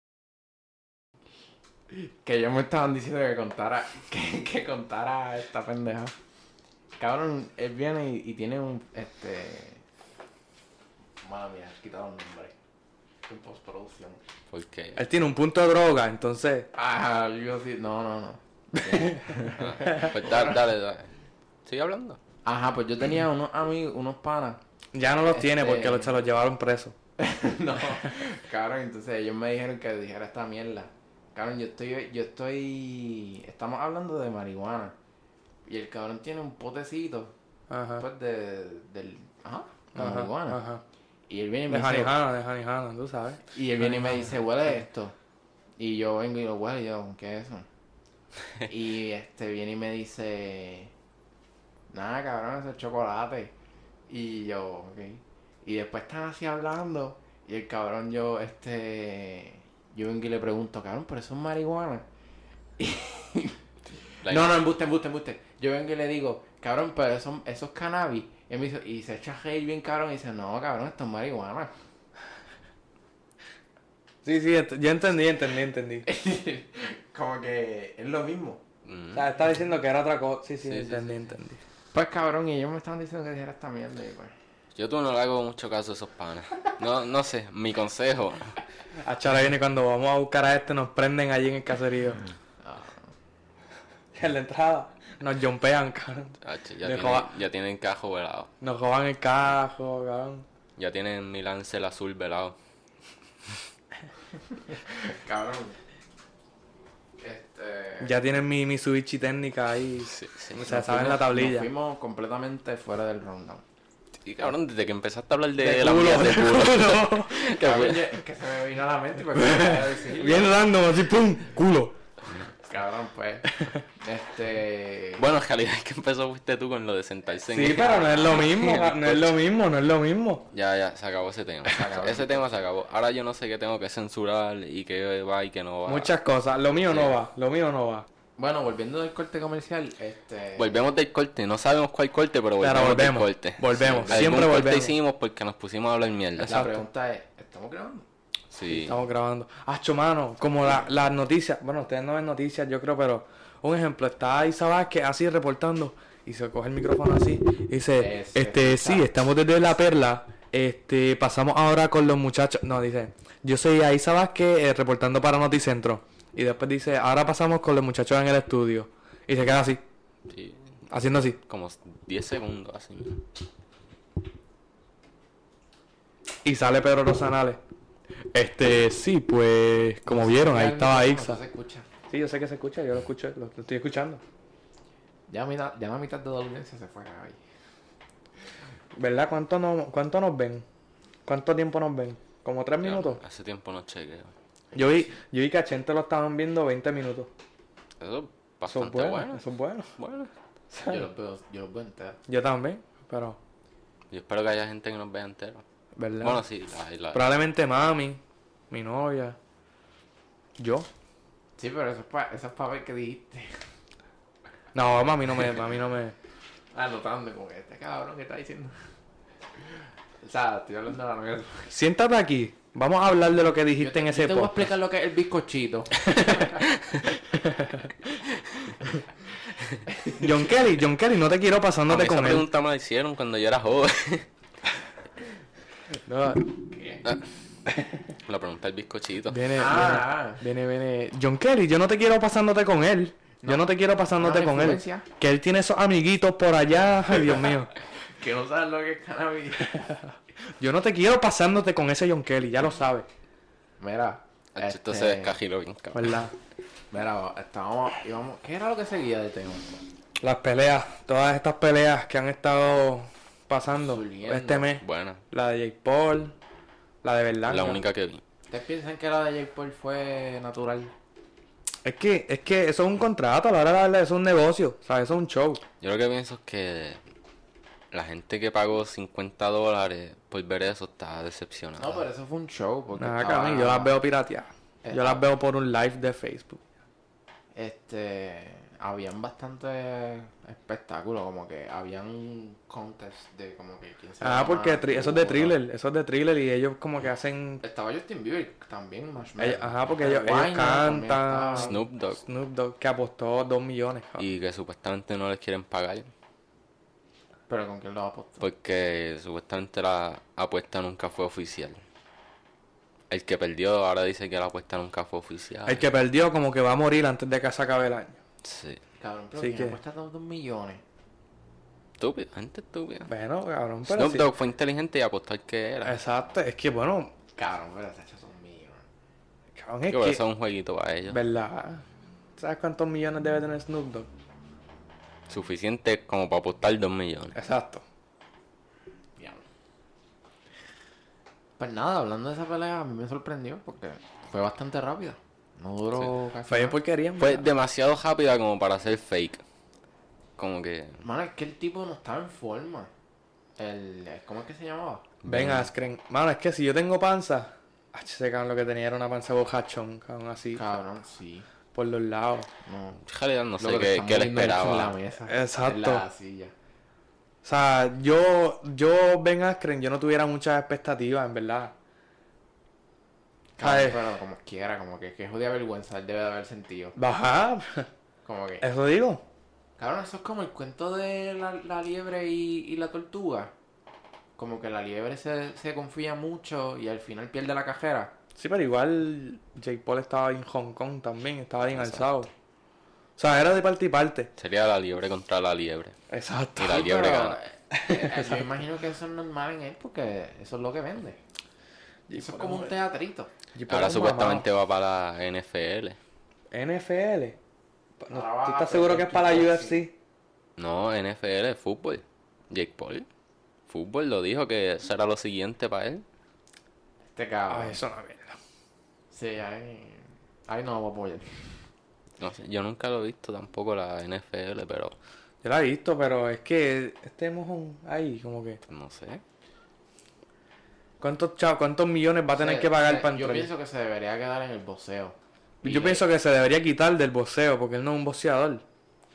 [SPEAKER 2] Que ellos me estaban diciendo que contara. Que, que contara esta pendeja. Cabrón, él viene y, y tiene un. Este. Mala mía, quitaron el nombre. En postproducción.
[SPEAKER 1] Porque
[SPEAKER 3] Él tiene un punto de droga, entonces.
[SPEAKER 2] Ah, yo sí. No, no, no.
[SPEAKER 1] Pues dale, dale, dale. Sigue hablando.
[SPEAKER 2] Ajá, pues yo tenía unos amigos, unos panas.
[SPEAKER 3] Ya no los tiene
[SPEAKER 2] Este-
[SPEAKER 3] porque lo- se los llevaron preso.
[SPEAKER 2] no, cabrón, entonces ellos me dijeron que dijera esta mierda. Cabrón, yo estoy, yo estoy. Estamos hablando de marihuana. Y el cabrón tiene un potecito,
[SPEAKER 3] Ajá.
[SPEAKER 2] pues, de. del. Ajá, de
[SPEAKER 3] Ajá.
[SPEAKER 2] marihuana.
[SPEAKER 3] ajá.
[SPEAKER 2] Y él viene y me
[SPEAKER 3] De
[SPEAKER 2] dice.
[SPEAKER 3] Hanihana, de Hanihana, tú sabes.
[SPEAKER 2] Y él viene y me dice, huele esto. Y yo vengo y lo huele y yo, ¿qué es eso? Y este viene y me dice, nada, cabrón, eso es chocolate. Y yo, ok. Y después están así hablando. Y el cabrón, yo, este. Yo vengo y le pregunto, cabrón, pero eso es marihuana.
[SPEAKER 1] La-
[SPEAKER 2] No, no, embuste, embuste, embuste. Yo vengo y le digo, cabrón, pero eso, eso es cannabis. Y, él me dice, y se echa a reír bien, cabrón. Y dice, no, cabrón, esto es marihuana.
[SPEAKER 3] Sí, sí, ent- yo entendí, entendí, entendí.
[SPEAKER 2] Como que es lo mismo.
[SPEAKER 1] Mm.
[SPEAKER 3] O sea, está Ah, diciendo que era otra cosa. Sí, sí,
[SPEAKER 1] Sí, sí,
[SPEAKER 3] entendí,
[SPEAKER 1] sí,
[SPEAKER 3] entendí.
[SPEAKER 2] Pues cabrón, y ellos me estaban diciendo que dijera esta mierda y pues.
[SPEAKER 1] Yo tú no le hago mucho caso a esos panas. No, no sé, mi consejo.
[SPEAKER 3] Hacho, ahora viene cuando vamos a buscar a este, nos prenden allí en el caserío.
[SPEAKER 2] ah,
[SPEAKER 3] En la entrada. Nos jumpean, cabrón.
[SPEAKER 1] Hacho, Ah, ya,
[SPEAKER 3] Me
[SPEAKER 1] tienen,
[SPEAKER 3] joda.
[SPEAKER 1] ya tienen cajo velado.
[SPEAKER 3] Nos roban el cajo, cabrón.
[SPEAKER 1] Ya tienen mi lancel azul velado.
[SPEAKER 2] Pues, Cabrón. Este.
[SPEAKER 3] Ya tienen mi Mitsubishi técnica ahí.
[SPEAKER 1] Sí, sí.
[SPEAKER 3] O sea, saben la
[SPEAKER 2] Nos
[SPEAKER 3] tablilla.
[SPEAKER 2] fuimos completamente fuera del rundown.
[SPEAKER 1] Y cabrón, desde que empezaste a hablar de,
[SPEAKER 3] De
[SPEAKER 1] la
[SPEAKER 3] culo,
[SPEAKER 1] mierda
[SPEAKER 3] de
[SPEAKER 1] de culo.
[SPEAKER 3] culo.
[SPEAKER 1] que fue-
[SPEAKER 2] Cabrón, ya- es que se me vino a la mente porque no quería decirlo.
[SPEAKER 3] Bien random, así pum, culo.
[SPEAKER 2] Cabrón, pues. Este.
[SPEAKER 1] Bueno, en realidad es que empezó fuiste tú con lo de sentarse en
[SPEAKER 3] Sí,
[SPEAKER 1] el-
[SPEAKER 3] pero no es lo mismo, ca- no es lo mismo, no es lo mismo.
[SPEAKER 1] Ya, ya, se acabó ese tema.
[SPEAKER 2] acabó.
[SPEAKER 1] Ese tema se acabó. Ahora yo no sé qué tengo que censurar y qué va y qué no va.
[SPEAKER 3] Muchas cosas, lo mío no va, lo mío no va.
[SPEAKER 2] Bueno, volviendo del corte comercial, este.
[SPEAKER 1] Volvemos del corte, no sabemos cuál corte, pero volvemos,
[SPEAKER 3] volvemos,
[SPEAKER 1] del corte.
[SPEAKER 3] volvemos,
[SPEAKER 1] Algún
[SPEAKER 3] siempre
[SPEAKER 1] corte
[SPEAKER 3] volvemos.
[SPEAKER 1] hicimos porque nos pusimos a hablar mierda.
[SPEAKER 2] la
[SPEAKER 3] Exacto.
[SPEAKER 2] pregunta es: ¿estamos grabando?
[SPEAKER 1] Sí.
[SPEAKER 3] Estamos grabando. Hacho, mano, como la- las noticias, bueno, ustedes no ven noticias, yo creo, pero un ejemplo, está Isa Vázquez así reportando y se coge el micrófono así y dice,
[SPEAKER 2] Ese,
[SPEAKER 3] este,
[SPEAKER 2] exacto.
[SPEAKER 3] sí, estamos desde La Perla, este, pasamos ahora con los muchachos, no, dice, yo soy Isa Vázquez eh, reportando para Noticentro y después dice, ahora pasamos con los muchachos en el estudio y se queda así,
[SPEAKER 1] Sí,
[SPEAKER 3] haciendo así.
[SPEAKER 1] Como 10 segundos así.
[SPEAKER 3] Y sale Pedro Rosanales. Este, sí, pues, como vieron, ahí estaba
[SPEAKER 2] No
[SPEAKER 3] Ixa.
[SPEAKER 2] se escucha.
[SPEAKER 3] Sí, yo sé que se escucha, yo lo escuché, lo, lo estoy escuchando.
[SPEAKER 2] Ya, mitad, ya la mitad de la audiencia se fue, Javi.
[SPEAKER 3] ¿Verdad? ¿Cuánto, no, ¿Cuánto nos ven? ¿Cuánto tiempo nos ven? ¿Como tres
[SPEAKER 1] Ya,
[SPEAKER 3] minutos?
[SPEAKER 1] Hace tiempo no chequeo.
[SPEAKER 3] Yo vi, yo vi que a Chente lo estaban viendo 20 minutos.
[SPEAKER 1] Eso es
[SPEAKER 3] Son
[SPEAKER 1] bastante
[SPEAKER 3] buenos,
[SPEAKER 1] bueno.
[SPEAKER 3] son buenos.
[SPEAKER 1] Bueno.
[SPEAKER 2] Yo los veo, yo los veo enteros.
[SPEAKER 3] Yo también, pero,
[SPEAKER 1] Yo espero que haya gente que nos vea entero.
[SPEAKER 3] ¿verdad?
[SPEAKER 1] Bueno, sí, la, la-
[SPEAKER 3] Probablemente mami, mi novia, yo.
[SPEAKER 2] Sí, pero eso es para eso es pa ver que dijiste.
[SPEAKER 3] No, mami no me, mami no me.
[SPEAKER 2] Anotando como que este cabrón que está diciendo. O sea, estoy hablando de la novia.
[SPEAKER 3] Siéntate aquí. Vamos a hablar de lo que
[SPEAKER 2] Yo
[SPEAKER 3] dijiste
[SPEAKER 2] te-
[SPEAKER 3] en
[SPEAKER 2] yo
[SPEAKER 3] ese
[SPEAKER 2] te voy a
[SPEAKER 3] post.
[SPEAKER 2] explicar lo que es el bizcochito.
[SPEAKER 3] John Kelly, John Kelly, no te quiero
[SPEAKER 1] A mí
[SPEAKER 3] pasándote
[SPEAKER 1] esa
[SPEAKER 3] con él.
[SPEAKER 1] pregunta me la hicieron cuando yo era joven.
[SPEAKER 3] No,
[SPEAKER 2] ¿Qué?
[SPEAKER 1] la pregunta del bizcochito.
[SPEAKER 3] viene,
[SPEAKER 2] Ah.
[SPEAKER 3] viene, viene, viene. John Kelly, yo no te quiero pasándote con él. Yo no te quiero pasándote
[SPEAKER 2] No,
[SPEAKER 3] con él.
[SPEAKER 2] influencia.
[SPEAKER 3] Que él tiene esos amiguitos por allá. Ay, Dios mío.
[SPEAKER 2] Que no sabes lo que es cannabis.
[SPEAKER 3] Yo no te quiero pasándote con ese John Kelly, ya lo sabes.
[SPEAKER 2] Mira.
[SPEAKER 1] Ah, Esto se
[SPEAKER 2] este,
[SPEAKER 1] descajiló bien, cabrón.
[SPEAKER 3] ¿Verdad?
[SPEAKER 2] Mira, estábamos. Íbamos, ¿Qué era lo que seguía de tema?
[SPEAKER 3] Las peleas, todas estas peleas que han estado pasando
[SPEAKER 2] Surgiendo.
[SPEAKER 3] este mes.
[SPEAKER 1] Bueno,
[SPEAKER 3] La de Jake Paul, la de verdad.
[SPEAKER 1] la única que vi.
[SPEAKER 2] ¿Ustedes piensan que la de Jake Paul fue natural?
[SPEAKER 3] Es que, es que eso es un contrato, a la hora de hablar, eso es un negocio, o sea, eso es un show.
[SPEAKER 1] Yo lo que pienso es que la gente que pagó 50 dólares por ver eso está decepcionada.
[SPEAKER 2] No, pero eso fue un show. Porque
[SPEAKER 3] Nada,
[SPEAKER 2] estaba-
[SPEAKER 3] Ah, cabrón, yo las veo pirateadas. Yo
[SPEAKER 2] Estaba-
[SPEAKER 3] las veo por un live de Facebook.
[SPEAKER 2] Este, habían bastante espectáculos, como que habían contest de como que quién se
[SPEAKER 3] Ah,
[SPEAKER 2] llama,
[SPEAKER 3] porque tri- eso es de
[SPEAKER 2] puta.
[SPEAKER 3] thriller, eso es de thriller y ellos como que hacen...
[SPEAKER 2] Estaba Justin Bieber también, Marshmello.
[SPEAKER 3] ellos- ajá, porque ellos, ellos
[SPEAKER 2] Wayne también
[SPEAKER 3] cantan...
[SPEAKER 2] estaba.
[SPEAKER 1] Snoop Dogg.
[SPEAKER 3] Snoop Dogg, que apostó 2 millones.
[SPEAKER 2] Ah.
[SPEAKER 3] cabrón.
[SPEAKER 1] Y que supuestamente no les quieren pagar.
[SPEAKER 2] Pero con quién lo apostó.
[SPEAKER 1] Porque supuestamente la apuesta nunca fue oficial. El que perdió ahora dice que la apuesta nunca fue oficial.
[SPEAKER 3] El que perdió como que va a morir antes de que se acabe el año.
[SPEAKER 1] Sí.
[SPEAKER 2] Cabrón, pero
[SPEAKER 3] Sí
[SPEAKER 2] ¿quién
[SPEAKER 3] que-
[SPEAKER 2] apuesta tantos millones?
[SPEAKER 1] Estúpido, gente estúpida.
[SPEAKER 3] Bueno, cabrón, pero
[SPEAKER 1] Snoop
[SPEAKER 3] sí.
[SPEAKER 1] Dogg fue inteligente y apostó al que era.
[SPEAKER 3] Exacto, es que bueno,
[SPEAKER 2] Cabrón, pero se ha hecho son millones.
[SPEAKER 3] cabrón,
[SPEAKER 1] Digo,
[SPEAKER 3] es
[SPEAKER 1] Eso
[SPEAKER 3] que...
[SPEAKER 1] es un jueguito para ellos.
[SPEAKER 3] ¿Verdad? ¿Sabes cuántos millones debe tener Snoop Dogg?
[SPEAKER 1] Suficiente como para apostar 2 millones.
[SPEAKER 3] Exacto.
[SPEAKER 2] Diablo. Pues nada, hablando de esa pelea, a mí me sorprendió porque fue bastante rápida. No duró casi
[SPEAKER 3] Fue bien
[SPEAKER 2] nada.
[SPEAKER 3] porquería. en
[SPEAKER 1] Fue
[SPEAKER 3] verdad.
[SPEAKER 1] demasiado rápida como para ser fake. Como que.
[SPEAKER 2] Mano, es que el tipo no estaba en forma. El, eh, ¿Cómo es que se llamaba?
[SPEAKER 3] Ven, Askren. Mano, es que si yo tengo panza. Ah, ese cabrón lo que tenía era una panza bojachón, cabrón, así.
[SPEAKER 2] Cabrón, sí.
[SPEAKER 3] Por los lados.
[SPEAKER 2] No.
[SPEAKER 1] En realidad no sé
[SPEAKER 2] Loco, te
[SPEAKER 1] qué,
[SPEAKER 2] están
[SPEAKER 1] qué le
[SPEAKER 2] moviendo mucho en la
[SPEAKER 1] esperaba.
[SPEAKER 2] mesa.
[SPEAKER 3] Exacto.
[SPEAKER 2] En la silla.
[SPEAKER 3] O sea, yo, yo, Ben Askren, yo no tuviera muchas expectativas, en verdad.
[SPEAKER 2] Cabrón,
[SPEAKER 3] Ay.
[SPEAKER 2] pero como quiera, como que, que jodida vergüenza él debe de haber sentido.
[SPEAKER 3] Baja,
[SPEAKER 2] Como que.
[SPEAKER 3] eso digo.
[SPEAKER 2] Cabrón, eso es como el cuento de la, la liebre y, y la tortuga. Como que la liebre se, se confía mucho y al final pierde la cajera.
[SPEAKER 3] Sí, pero igual Jake Paul estaba en Hong Kong también, estaba bien alzado. O sea, era de parte y parte.
[SPEAKER 1] Sería la liebre contra la liebre.
[SPEAKER 3] Exacto.
[SPEAKER 1] Y la liebre
[SPEAKER 2] pero,
[SPEAKER 1] gana.
[SPEAKER 2] eh, eh, yo imagino que eso es normal en él porque eso es lo que vende. Eso es como un teatrito.
[SPEAKER 3] Jake Paul
[SPEAKER 1] Ahora
[SPEAKER 3] es un mamado.
[SPEAKER 1] supuestamente va para la NFL.
[SPEAKER 3] NFL. Pa- no,
[SPEAKER 2] Ahora va
[SPEAKER 3] ¿Tú
[SPEAKER 2] a
[SPEAKER 3] estás seguro que
[SPEAKER 2] perder
[SPEAKER 3] es para
[SPEAKER 2] tu
[SPEAKER 3] la
[SPEAKER 2] UFC.
[SPEAKER 3] UFC?
[SPEAKER 1] No, NFL, fútbol. Jake Paul. Fútbol lo dijo que eso era lo siguiente para él.
[SPEAKER 2] Este cabrón.
[SPEAKER 3] Ay, Ah, eso no es verdad.
[SPEAKER 2] Sí, ahí, ahí no lo voy a apoyar.
[SPEAKER 1] No sé, yo nunca lo he visto tampoco la NFL, pero
[SPEAKER 3] Yo la he visto, pero es que este mojón ahí, como que.
[SPEAKER 1] no sé.
[SPEAKER 3] ¿Cuántos chavos, cuántos millones va a tener
[SPEAKER 2] Se-
[SPEAKER 3] que pagar
[SPEAKER 2] se-
[SPEAKER 3] para
[SPEAKER 2] Yo
[SPEAKER 3] entrar?
[SPEAKER 2] pienso que se debería quedar en el boxeo. Y, eh,
[SPEAKER 3] Yo pienso que se debería quitar del boxeo, porque él no es un boxeador.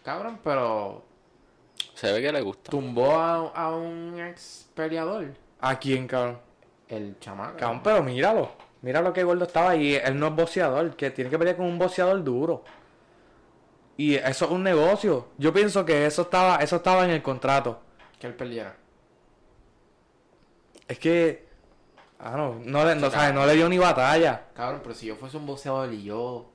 [SPEAKER 2] Cabrón, pero
[SPEAKER 1] Se ve que le gusta.
[SPEAKER 2] tumbó a, a un ex peleador.
[SPEAKER 3] ¿A quién, cabrón?
[SPEAKER 2] El chamaco.
[SPEAKER 3] Cabrón, pero míralo. Mira lo que gordo estaba ahí. Él no es boxeador, que tiene que pelear con un boxeador duro. Y eso es un negocio. Yo pienso que eso estaba, eso estaba en el contrato.
[SPEAKER 2] Que él perdiera.
[SPEAKER 3] Es que. Ah, no. No le, no, ¿sabes? no le dio ni batalla.
[SPEAKER 2] Cabrón, pero si yo fuese un boxeador y yo.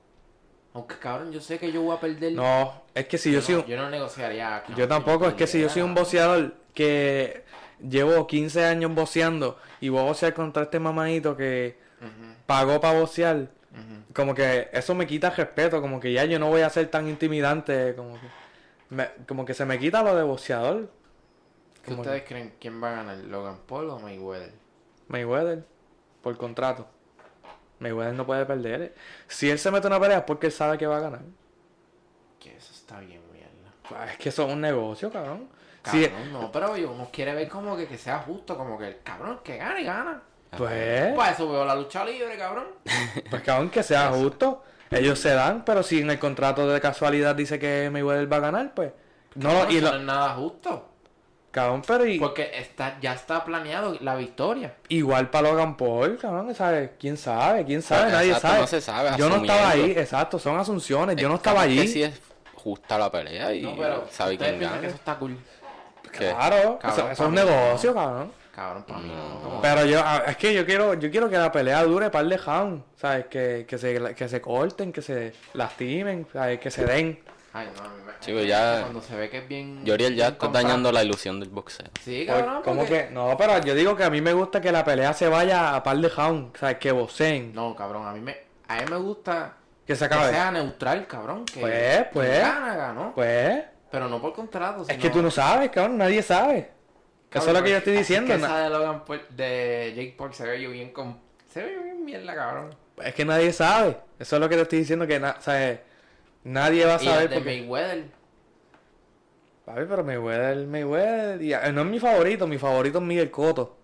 [SPEAKER 2] Aunque cabrón, yo sé que yo voy a perder.
[SPEAKER 3] No, es que si yo,
[SPEAKER 2] yo,
[SPEAKER 3] soy
[SPEAKER 2] no,
[SPEAKER 3] un-
[SPEAKER 2] yo no negociaría. cabrón,
[SPEAKER 3] Yo tampoco, es que si yo soy
[SPEAKER 2] perdiera.
[SPEAKER 3] un boxeador que llevo 15 años boxeando y voy a boxear contra este mamadito que
[SPEAKER 2] Ujú,
[SPEAKER 3] pagó para boxear,
[SPEAKER 2] ujú.
[SPEAKER 3] como que eso me quita respeto, como que ya yo no voy a ser tan intimidante, como que, me- como que se me quita lo de boxeador.
[SPEAKER 2] ¿Qué
[SPEAKER 3] Como
[SPEAKER 2] ustedes creen? ¿Quién va a ganar? ¿Logan Paul o Mayweather?
[SPEAKER 3] Mayweather, por contrato. Mayweather no puede perder. Si él se mete una pelea es porque él sabe que va a ganar.
[SPEAKER 2] que eso está bien, mierda.
[SPEAKER 3] Ah, Es que eso es un negocio, cabrón. Sí, eh.
[SPEAKER 2] Cabrón, no, pero yo, uno quiere ver como que, que sea justo, como que el cabrón que gana y gana.
[SPEAKER 3] pues,
[SPEAKER 2] Para eso veo la lucha libre, cabrón.
[SPEAKER 3] pues cabrón, que sea justo. Ellos se dan, pero si en el contrato de casualidad dice que Mayweather va a ganar, pues. No,
[SPEAKER 2] Cabrón,
[SPEAKER 3] y
[SPEAKER 2] eso
[SPEAKER 3] lo-
[SPEAKER 2] no es nada justo.
[SPEAKER 3] cabrón, pero y-
[SPEAKER 2] Porque está, ya está planeado la victoria.
[SPEAKER 3] igual para Logan Paul, cabrón, ¿sabes? ¿Quién sabe? ¿Quién sabe? Nadie
[SPEAKER 1] Exacto,
[SPEAKER 3] sabe.
[SPEAKER 1] no se sabe,
[SPEAKER 3] Yo no estaba ahí,
[SPEAKER 1] asumiendo.
[SPEAKER 3] exacto, son asunciones. Yo no
[SPEAKER 2] Eh,
[SPEAKER 1] El
[SPEAKER 3] estaba
[SPEAKER 1] cabrón
[SPEAKER 3] allí.
[SPEAKER 1] Que sí es justa la pelea y
[SPEAKER 2] No, pero
[SPEAKER 1] sabe
[SPEAKER 2] ustedes
[SPEAKER 1] quién
[SPEAKER 2] piensan
[SPEAKER 1] gana.
[SPEAKER 2] que eso está cool.
[SPEAKER 1] ¿Qué?
[SPEAKER 3] Claro,
[SPEAKER 2] Cabrón, Ah.
[SPEAKER 3] eso, eso
[SPEAKER 2] para
[SPEAKER 3] es un
[SPEAKER 2] mí no.
[SPEAKER 3] negocio, cabrón.
[SPEAKER 2] Cabrón, para mí. No,
[SPEAKER 1] No.
[SPEAKER 2] como-
[SPEAKER 3] Pero yo, a- es que yo quiero, yo quiero que la pelea dure par de rounds, ¿sabes? Que, que, se, que se corten, que se lastimen, ¿sabes? Que se den.
[SPEAKER 2] Ay, no, a mí me-
[SPEAKER 1] Chico, ya-
[SPEAKER 2] Cuando se ve que es bien.
[SPEAKER 1] Yoriel ya
[SPEAKER 2] bien
[SPEAKER 1] está
[SPEAKER 2] comprado.
[SPEAKER 1] dañando la ilusión del boxeo.
[SPEAKER 2] Sí,
[SPEAKER 3] Por-
[SPEAKER 2] cabrón.
[SPEAKER 3] como
[SPEAKER 2] porque-
[SPEAKER 3] que, no, pero yo digo que a mí me gusta que la pelea se vaya a par de rounds, ¿sabes? Que vocen,
[SPEAKER 2] No, cabrón, a mí me, a mí me gusta
[SPEAKER 3] que se
[SPEAKER 2] que
[SPEAKER 3] acabe.
[SPEAKER 2] sea neutral, cabrón. Que
[SPEAKER 3] Pues,
[SPEAKER 2] que
[SPEAKER 3] pues.
[SPEAKER 2] gana, ganó.
[SPEAKER 3] Pues,
[SPEAKER 2] Pero no por contrato.
[SPEAKER 3] es que tú no sabes, cabrón, nadie sabe. Que eso es lo que yo estoy diciendo.
[SPEAKER 2] Es que
[SPEAKER 3] na-
[SPEAKER 2] esa de, Logan Paul- de Jake Paul se ve yo bien con. Se ve bien mierda, cabrón.
[SPEAKER 3] es que nadie sabe. Eso es lo que te estoy diciendo, que na- ¿sabes? nadie va a
[SPEAKER 2] Y el
[SPEAKER 3] saber.
[SPEAKER 2] de
[SPEAKER 3] porque-
[SPEAKER 2] Mayweather.
[SPEAKER 3] Papi, pero Mayweather, Mayweather. y- eh, no es mi favorito, mi favorito es Miguel Cotto.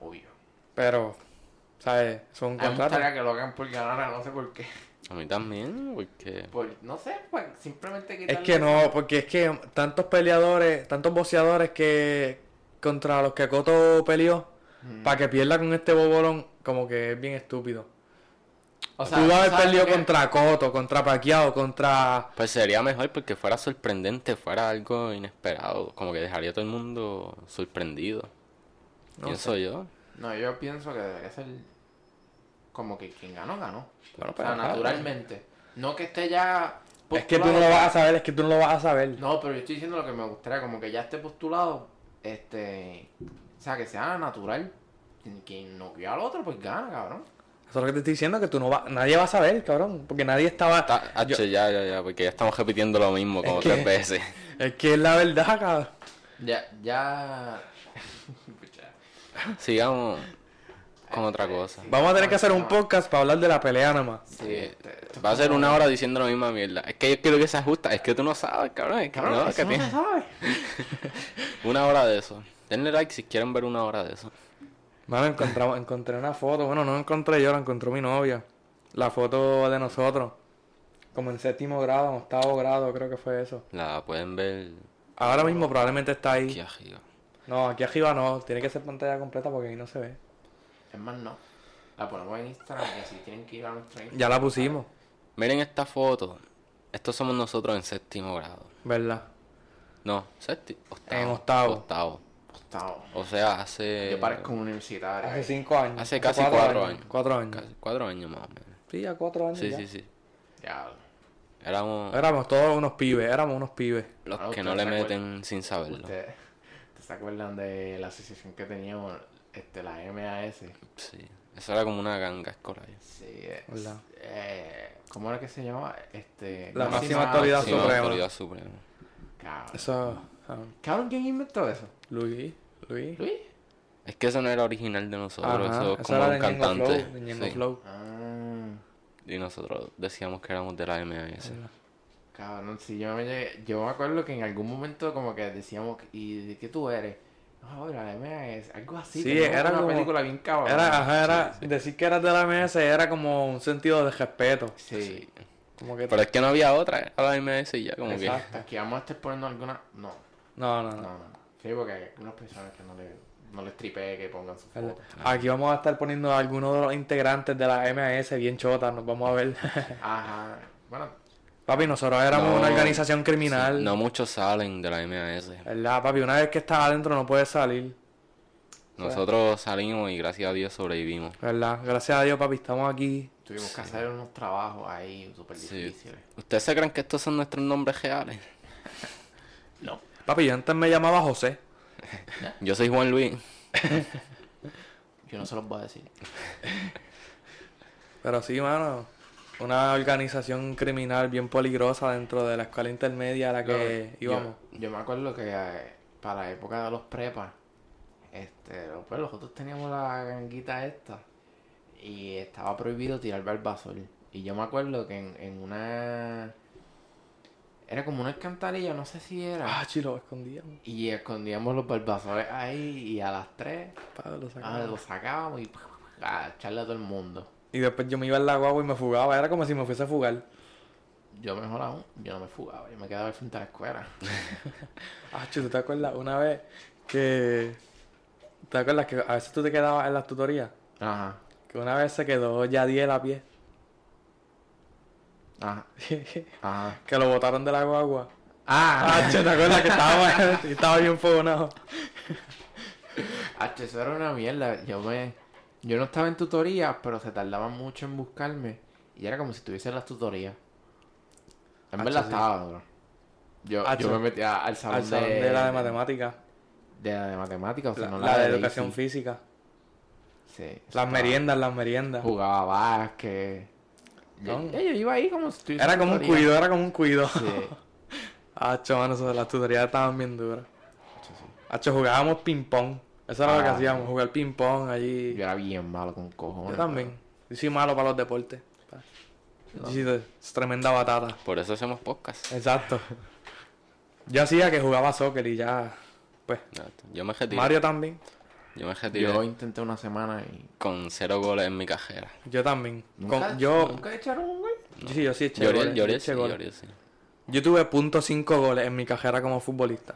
[SPEAKER 2] Obvio.
[SPEAKER 3] Pero, ¿sabes? Son
[SPEAKER 2] A mí me
[SPEAKER 3] contratos.
[SPEAKER 2] gustaría que Logan Paul ganara, no sé por qué.
[SPEAKER 1] A mí también, porque...
[SPEAKER 2] Por- no sé, pues simplemente
[SPEAKER 3] Es
[SPEAKER 2] quitarle-
[SPEAKER 3] que no, porque es que tantos peleadores, tantos boxeadores que contra los que Cotto peleó,
[SPEAKER 2] Mm.
[SPEAKER 3] para que pierda con este bobolón, como que es bien estúpido.
[SPEAKER 2] O sea,
[SPEAKER 3] Pudo
[SPEAKER 2] tú
[SPEAKER 3] haber
[SPEAKER 2] sabes
[SPEAKER 3] perdido
[SPEAKER 2] que-
[SPEAKER 3] contra Cotto, contra Paquiao, contra.
[SPEAKER 1] Pues sería mejor porque fuera sorprendente, fuera algo inesperado. Como que dejaría a todo el mundo sorprendido.
[SPEAKER 3] No
[SPEAKER 1] Pienso yo.
[SPEAKER 2] No, yo pienso que debería ser como que quien ganó, ganó.
[SPEAKER 3] Bueno,
[SPEAKER 2] O sea,
[SPEAKER 3] ajá.
[SPEAKER 2] naturalmente. No que esté ya.
[SPEAKER 3] Es que tú no lo vas a saber, es que tú no lo vas a saber.
[SPEAKER 2] No, pero yo estoy diciendo lo que me gustaría, como que ya esté postulado. Este. O sea, que sea natural. Quien no al otro, pues gana, cabrón.
[SPEAKER 3] Eso es lo que te estoy diciendo, que tú no vas, nadie va a saber, cabrón, porque nadie estaba.
[SPEAKER 1] Ta-
[SPEAKER 2] ah,
[SPEAKER 3] Yo-
[SPEAKER 1] H, ya, ya, ya, porque ya estamos repitiendo lo mismo como
[SPEAKER 3] Es que-
[SPEAKER 1] tres veces.
[SPEAKER 3] Es que es la verdad, cabrón.
[SPEAKER 2] Ya, ya. Pucha.
[SPEAKER 1] Sigamos con otra cosa.
[SPEAKER 3] Vamos a tener que hacer un podcast para hablar de la pelea nada más.
[SPEAKER 2] Sí, este- esto es
[SPEAKER 1] Va a ser
[SPEAKER 2] como-
[SPEAKER 1] una hora diciendo la misma mierda. Es que yo quiero que se ajusta. Es que tú no sabes, cabrón. Es que
[SPEAKER 2] Cabrón,
[SPEAKER 1] no,
[SPEAKER 2] eso
[SPEAKER 1] que
[SPEAKER 2] no
[SPEAKER 1] tiene-
[SPEAKER 2] se sabe.
[SPEAKER 1] Una hora de eso. Denle like si quieren ver una hora de eso.
[SPEAKER 3] Mano, encontramos, encontré una foto. Bueno, no la encontré yo, la encontró mi novia. La foto de nosotros. Como en séptimo grado, en octavo grado, creo que fue eso.
[SPEAKER 1] La pueden ver
[SPEAKER 3] Ahora mismo probablemente está
[SPEAKER 1] aquí
[SPEAKER 3] ahí.
[SPEAKER 1] arriba.
[SPEAKER 3] No, aquí arriba no. Tiene que ser pantalla completa porque ahí no se ve.
[SPEAKER 2] Es más, no. La ponemos en Instagram y así tienen que ir a nuestra Instagram.
[SPEAKER 3] Ya la pusimos,
[SPEAKER 1] Miren esta foto. Estos somos nosotros en séptimo grado.
[SPEAKER 3] ¿verdad?
[SPEAKER 1] No, séptimo. Octavo.
[SPEAKER 3] En octavo.
[SPEAKER 1] Octavo.
[SPEAKER 2] Postado.
[SPEAKER 1] O sea, hace.
[SPEAKER 2] pues, Yo parezco un universitario.
[SPEAKER 3] Hace cinco años.
[SPEAKER 1] Hace casi cuatro años.
[SPEAKER 3] Cuatro años.
[SPEAKER 1] casi cuatro años más o menos.
[SPEAKER 3] Sí, ya cuatro años.
[SPEAKER 1] Sí,
[SPEAKER 3] ya.
[SPEAKER 1] sí, sí.
[SPEAKER 2] Ya.
[SPEAKER 1] Éramos
[SPEAKER 3] Éramos todos unos pibes, éramos unos pibes.
[SPEAKER 1] los
[SPEAKER 2] Ah,
[SPEAKER 1] que
[SPEAKER 2] ustedes
[SPEAKER 1] no le
[SPEAKER 2] se acuerdan.
[SPEAKER 1] meten sin saberlo.
[SPEAKER 2] ¿Ustedes ustedes se acuerdan de la asociación que teníamos, este, la MAS?
[SPEAKER 1] Sí. Eso era como una ganga escolar.
[SPEAKER 2] Sí, es-
[SPEAKER 3] ¿Verdad?
[SPEAKER 2] eh, ¿Cómo era que se llamaba? Este,
[SPEAKER 3] La máxima autoridad
[SPEAKER 1] Sí, la
[SPEAKER 3] suprema.
[SPEAKER 1] autoridad suprema.
[SPEAKER 2] Cabrón.
[SPEAKER 3] Eso. ah,
[SPEAKER 2] Cabrón, ¿quién inventó eso?
[SPEAKER 3] Luis. Luis.
[SPEAKER 2] ¿Luis?
[SPEAKER 1] Es que eso no era original de nosotros,
[SPEAKER 3] Ajá,
[SPEAKER 1] eso es
[SPEAKER 3] eso
[SPEAKER 1] como
[SPEAKER 3] era
[SPEAKER 1] un
[SPEAKER 3] de Ñengo
[SPEAKER 1] cantante.
[SPEAKER 3] Flow, de Ñengo
[SPEAKER 1] Sí.
[SPEAKER 3] Flow.
[SPEAKER 2] Ah,
[SPEAKER 1] Y nosotros decíamos que éramos de la MAS.
[SPEAKER 2] cabrón, sí, yo me, llegué- yo me acuerdo que en algún momento como que decíamos, ¿y de qué tú eres? No, de la MAS, algo así.
[SPEAKER 3] Sí,
[SPEAKER 2] teníamos
[SPEAKER 3] era
[SPEAKER 2] una
[SPEAKER 3] como-
[SPEAKER 2] película bien
[SPEAKER 1] Oh,
[SPEAKER 2] cabrón.
[SPEAKER 3] Era, ajá, era, decir que eras de la MS era como un sentido de respeto.
[SPEAKER 2] Sí,
[SPEAKER 3] Como que...
[SPEAKER 1] Pero es que no había otra, era la MS y ya, como
[SPEAKER 3] Exacto.
[SPEAKER 2] aquí vamos a estar poniendo alguna... No,
[SPEAKER 3] No, no,
[SPEAKER 2] no,
[SPEAKER 3] no.
[SPEAKER 2] no. Sí, porque hay algunas personas que no, le, no les tripee que pongan su
[SPEAKER 3] ¿Verdad?
[SPEAKER 2] foto.
[SPEAKER 3] Aquí vamos a estar poniendo a algunos de los integrantes de la MS bien chotas, nos vamos a ver.
[SPEAKER 2] Ajá. Bueno,
[SPEAKER 3] papi, nosotros éramos
[SPEAKER 1] No.
[SPEAKER 3] una organización
[SPEAKER 1] que.
[SPEAKER 3] criminal.
[SPEAKER 1] No muchos salen de la MAS.
[SPEAKER 3] ¿Verdad, papi? Una vez que estás adentro no puedes salir.
[SPEAKER 1] Nosotros salimos y gracias a Dios sobrevivimos.
[SPEAKER 3] ¿Verdad? Gracias a Dios, papi, estamos aquí.
[SPEAKER 2] tuvimos que hacer unos trabajos ahí súper difíciles.
[SPEAKER 1] ¿Ustedes se creen que estos son nuestros nombres reales?
[SPEAKER 2] No.
[SPEAKER 3] Papi, yo antes me llamaba José. ¿Eh?
[SPEAKER 1] Yo soy Juan Luis.
[SPEAKER 2] Yo no se los voy a decir.
[SPEAKER 3] Pero sí, mano. Una organización criminal bien peligrosa dentro de la escuela intermedia a la que Eh,
[SPEAKER 2] Yo-
[SPEAKER 3] íbamos.
[SPEAKER 2] Yo, me acuerdo que eh, para la época de los prepas, este, pues nosotros teníamos la ganguita esta y estaba prohibido tirar barbasol. Y yo me acuerdo que en, en una Era como una alcantarilla, no sé si era.
[SPEAKER 3] Ah, chilo, escondíamos.
[SPEAKER 2] Y escondíamos los barbazores ahí y a las 3
[SPEAKER 3] Pa, lo
[SPEAKER 2] ah,
[SPEAKER 3] sacaba.
[SPEAKER 2] los sacábamos y a echarle a todo el mundo.
[SPEAKER 3] Y después yo me iba en la guagua y me fugaba. Era como si me fuese a fugar.
[SPEAKER 2] Yo mejor aún, yo no me fugaba, yo me quedaba al frente de la escuela.
[SPEAKER 3] Ah, ¿tú te acuerdas una vez que... ¿Te acuerdas que a veces tú te quedabas en las tutorías?
[SPEAKER 2] Ajá,
[SPEAKER 3] Que una vez se quedó Yadiel a pie.
[SPEAKER 2] ajá,
[SPEAKER 3] que
[SPEAKER 2] ajá.
[SPEAKER 3] lo botaron de la guagua.
[SPEAKER 2] Ah,
[SPEAKER 3] Ah, ¿tú ¿te acuerdas que estaba, estaba bien fogonado?
[SPEAKER 2] Hacho, ah, eso era una mierda. Yo me. Yo no estaba en tutoría, pero se tardaban mucho en buscarme. Y era como si estuviese en las tutorías. En
[SPEAKER 3] Hacho,
[SPEAKER 2] verdad
[SPEAKER 3] sí.
[SPEAKER 2] estaba, bro. Yo,
[SPEAKER 3] Hacho,
[SPEAKER 2] yo me metía al salón,
[SPEAKER 3] Al salón de la de matemáticas.
[SPEAKER 2] de la de matemáticas, o sea,
[SPEAKER 3] La,
[SPEAKER 2] no
[SPEAKER 3] la de educación
[SPEAKER 2] física.
[SPEAKER 3] física.
[SPEAKER 2] Sí. eso
[SPEAKER 3] Las
[SPEAKER 2] estaba-
[SPEAKER 3] meriendas, las meriendas.
[SPEAKER 2] Jugaba básquet. Yo,
[SPEAKER 3] Son-
[SPEAKER 2] yo- yo iba ahí como si estuviese
[SPEAKER 3] Era
[SPEAKER 2] en
[SPEAKER 3] como un
[SPEAKER 2] tutoría.
[SPEAKER 3] cuido, era como un cuido.
[SPEAKER 2] Sí.
[SPEAKER 3] Ah, chaval, eso de las tutorías estaban bien duras.
[SPEAKER 2] Hacho, sí.
[SPEAKER 3] Hacho, jugábamos ping-pong. Eso era lo que
[SPEAKER 2] Ah.
[SPEAKER 3] hacíamos, jugar ping-pong allí.
[SPEAKER 2] Yo era bien malo con
[SPEAKER 3] Yo
[SPEAKER 2] cojones.
[SPEAKER 3] también. Yo soy malo para los deportes. Yo soy de- es tremenda batata.
[SPEAKER 1] Por eso hacemos podcast.
[SPEAKER 3] Exacto. Yo hacía que jugaba soccer y ya. Pues.
[SPEAKER 1] Yo me retiré.
[SPEAKER 3] Mario también.
[SPEAKER 1] Yo me
[SPEAKER 2] pero
[SPEAKER 1] retiré
[SPEAKER 2] Yo intenté una semana y.
[SPEAKER 1] con cero goles en mi cajera.
[SPEAKER 3] Yo también.
[SPEAKER 2] ¿Nunca-
[SPEAKER 3] Con, yo,
[SPEAKER 2] ¿Nunca echaron un gol?
[SPEAKER 3] yo sí, yo sí eché
[SPEAKER 1] Lloré,
[SPEAKER 3] goles, yo
[SPEAKER 1] lloré,
[SPEAKER 3] eché
[SPEAKER 1] sí,
[SPEAKER 3] goles.
[SPEAKER 1] lloré, sí.
[SPEAKER 3] Yo tuve .5 goles en mi carrera como futbolista.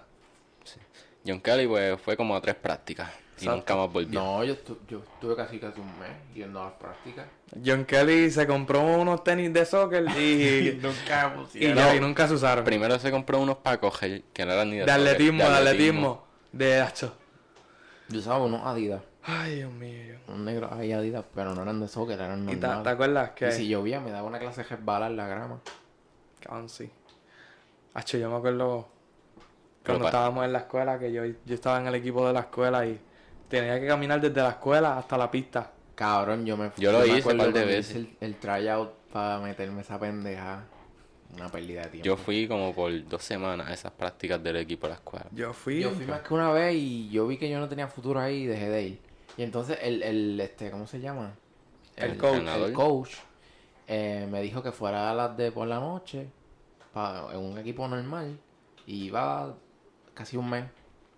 [SPEAKER 1] John Kelly pues, fue como a tres prácticas y
[SPEAKER 3] Exacto.
[SPEAKER 1] nunca más volvió.
[SPEAKER 2] No, yo, estu- yo estuve casi casi un mes yendo a las prácticas.
[SPEAKER 3] John Kelly se compró unos tenis de soccer y,
[SPEAKER 2] nunca me
[SPEAKER 3] y,
[SPEAKER 2] pusieron.
[SPEAKER 3] ya, y nunca se usaron.
[SPEAKER 1] Primero se compró unos para coger, que no eran ni de,
[SPEAKER 3] de
[SPEAKER 1] soccer,
[SPEAKER 3] atletismo, de atletismo. De hacho.
[SPEAKER 2] Yo usaba unos Adidas,
[SPEAKER 3] Ay, Dios mío.
[SPEAKER 2] unos negros ahí Adidas, pero no eran de soccer, eran
[SPEAKER 3] ¿Y ta- te
[SPEAKER 2] normales.
[SPEAKER 3] acuerdas que...?
[SPEAKER 2] Y si llovía me daba una clase de resbala en la grama.
[SPEAKER 3] Cabrón, sí. Hacho, yo me acuerdo
[SPEAKER 1] Pero
[SPEAKER 3] cuando
[SPEAKER 1] pa-
[SPEAKER 3] estábamos en la escuela, que yo, yo estaba en el equipo de la escuela y tenía que caminar desde la escuela hasta la pista.
[SPEAKER 2] Cabrón, yo me
[SPEAKER 1] Yo lo
[SPEAKER 2] me
[SPEAKER 1] hice
[SPEAKER 2] acuerdo
[SPEAKER 1] par de
[SPEAKER 2] cuando
[SPEAKER 1] veces.
[SPEAKER 2] hice El, el tryout para meterme esa pendeja. Una pérdida de tiempo.
[SPEAKER 1] Yo fui como por dos semanas a esas prácticas del equipo de la escuadra.
[SPEAKER 3] Yo fui.
[SPEAKER 2] Yo fui más que una vez y yo vi que yo no tenía futuro ahí y dejé de ir. Y entonces el, el este, ¿cómo se llama?
[SPEAKER 3] El
[SPEAKER 1] coach.
[SPEAKER 2] El coach eh, me dijo que fuera a las de por la noche pa- en un equipo normal y iba casi un mes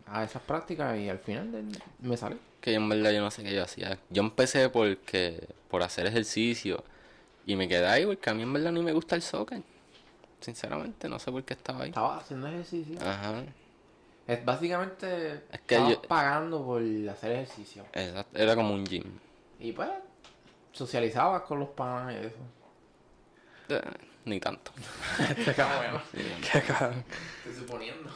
[SPEAKER 2] a esas prácticas y al final del- me salí.
[SPEAKER 1] Que yo en verdad yo no sé qué yo hacía. Yo empecé porque por hacer ejercicio y me quedé ahí porque a mí en verdad no me gusta el soccer. Sinceramente, no sé por qué estaba ahí.
[SPEAKER 2] Estaba haciendo ejercicio.
[SPEAKER 1] Ajá.
[SPEAKER 2] Es básicamente
[SPEAKER 1] Es que
[SPEAKER 2] estabas
[SPEAKER 1] yo-
[SPEAKER 2] pagando por hacer ejercicio.
[SPEAKER 1] Exacto, Era como un gym.
[SPEAKER 2] Y pues socializabas con los panas y eso.
[SPEAKER 1] Eh, Ni tanto.
[SPEAKER 3] Qué cabrón.
[SPEAKER 2] Estoy suponiendo.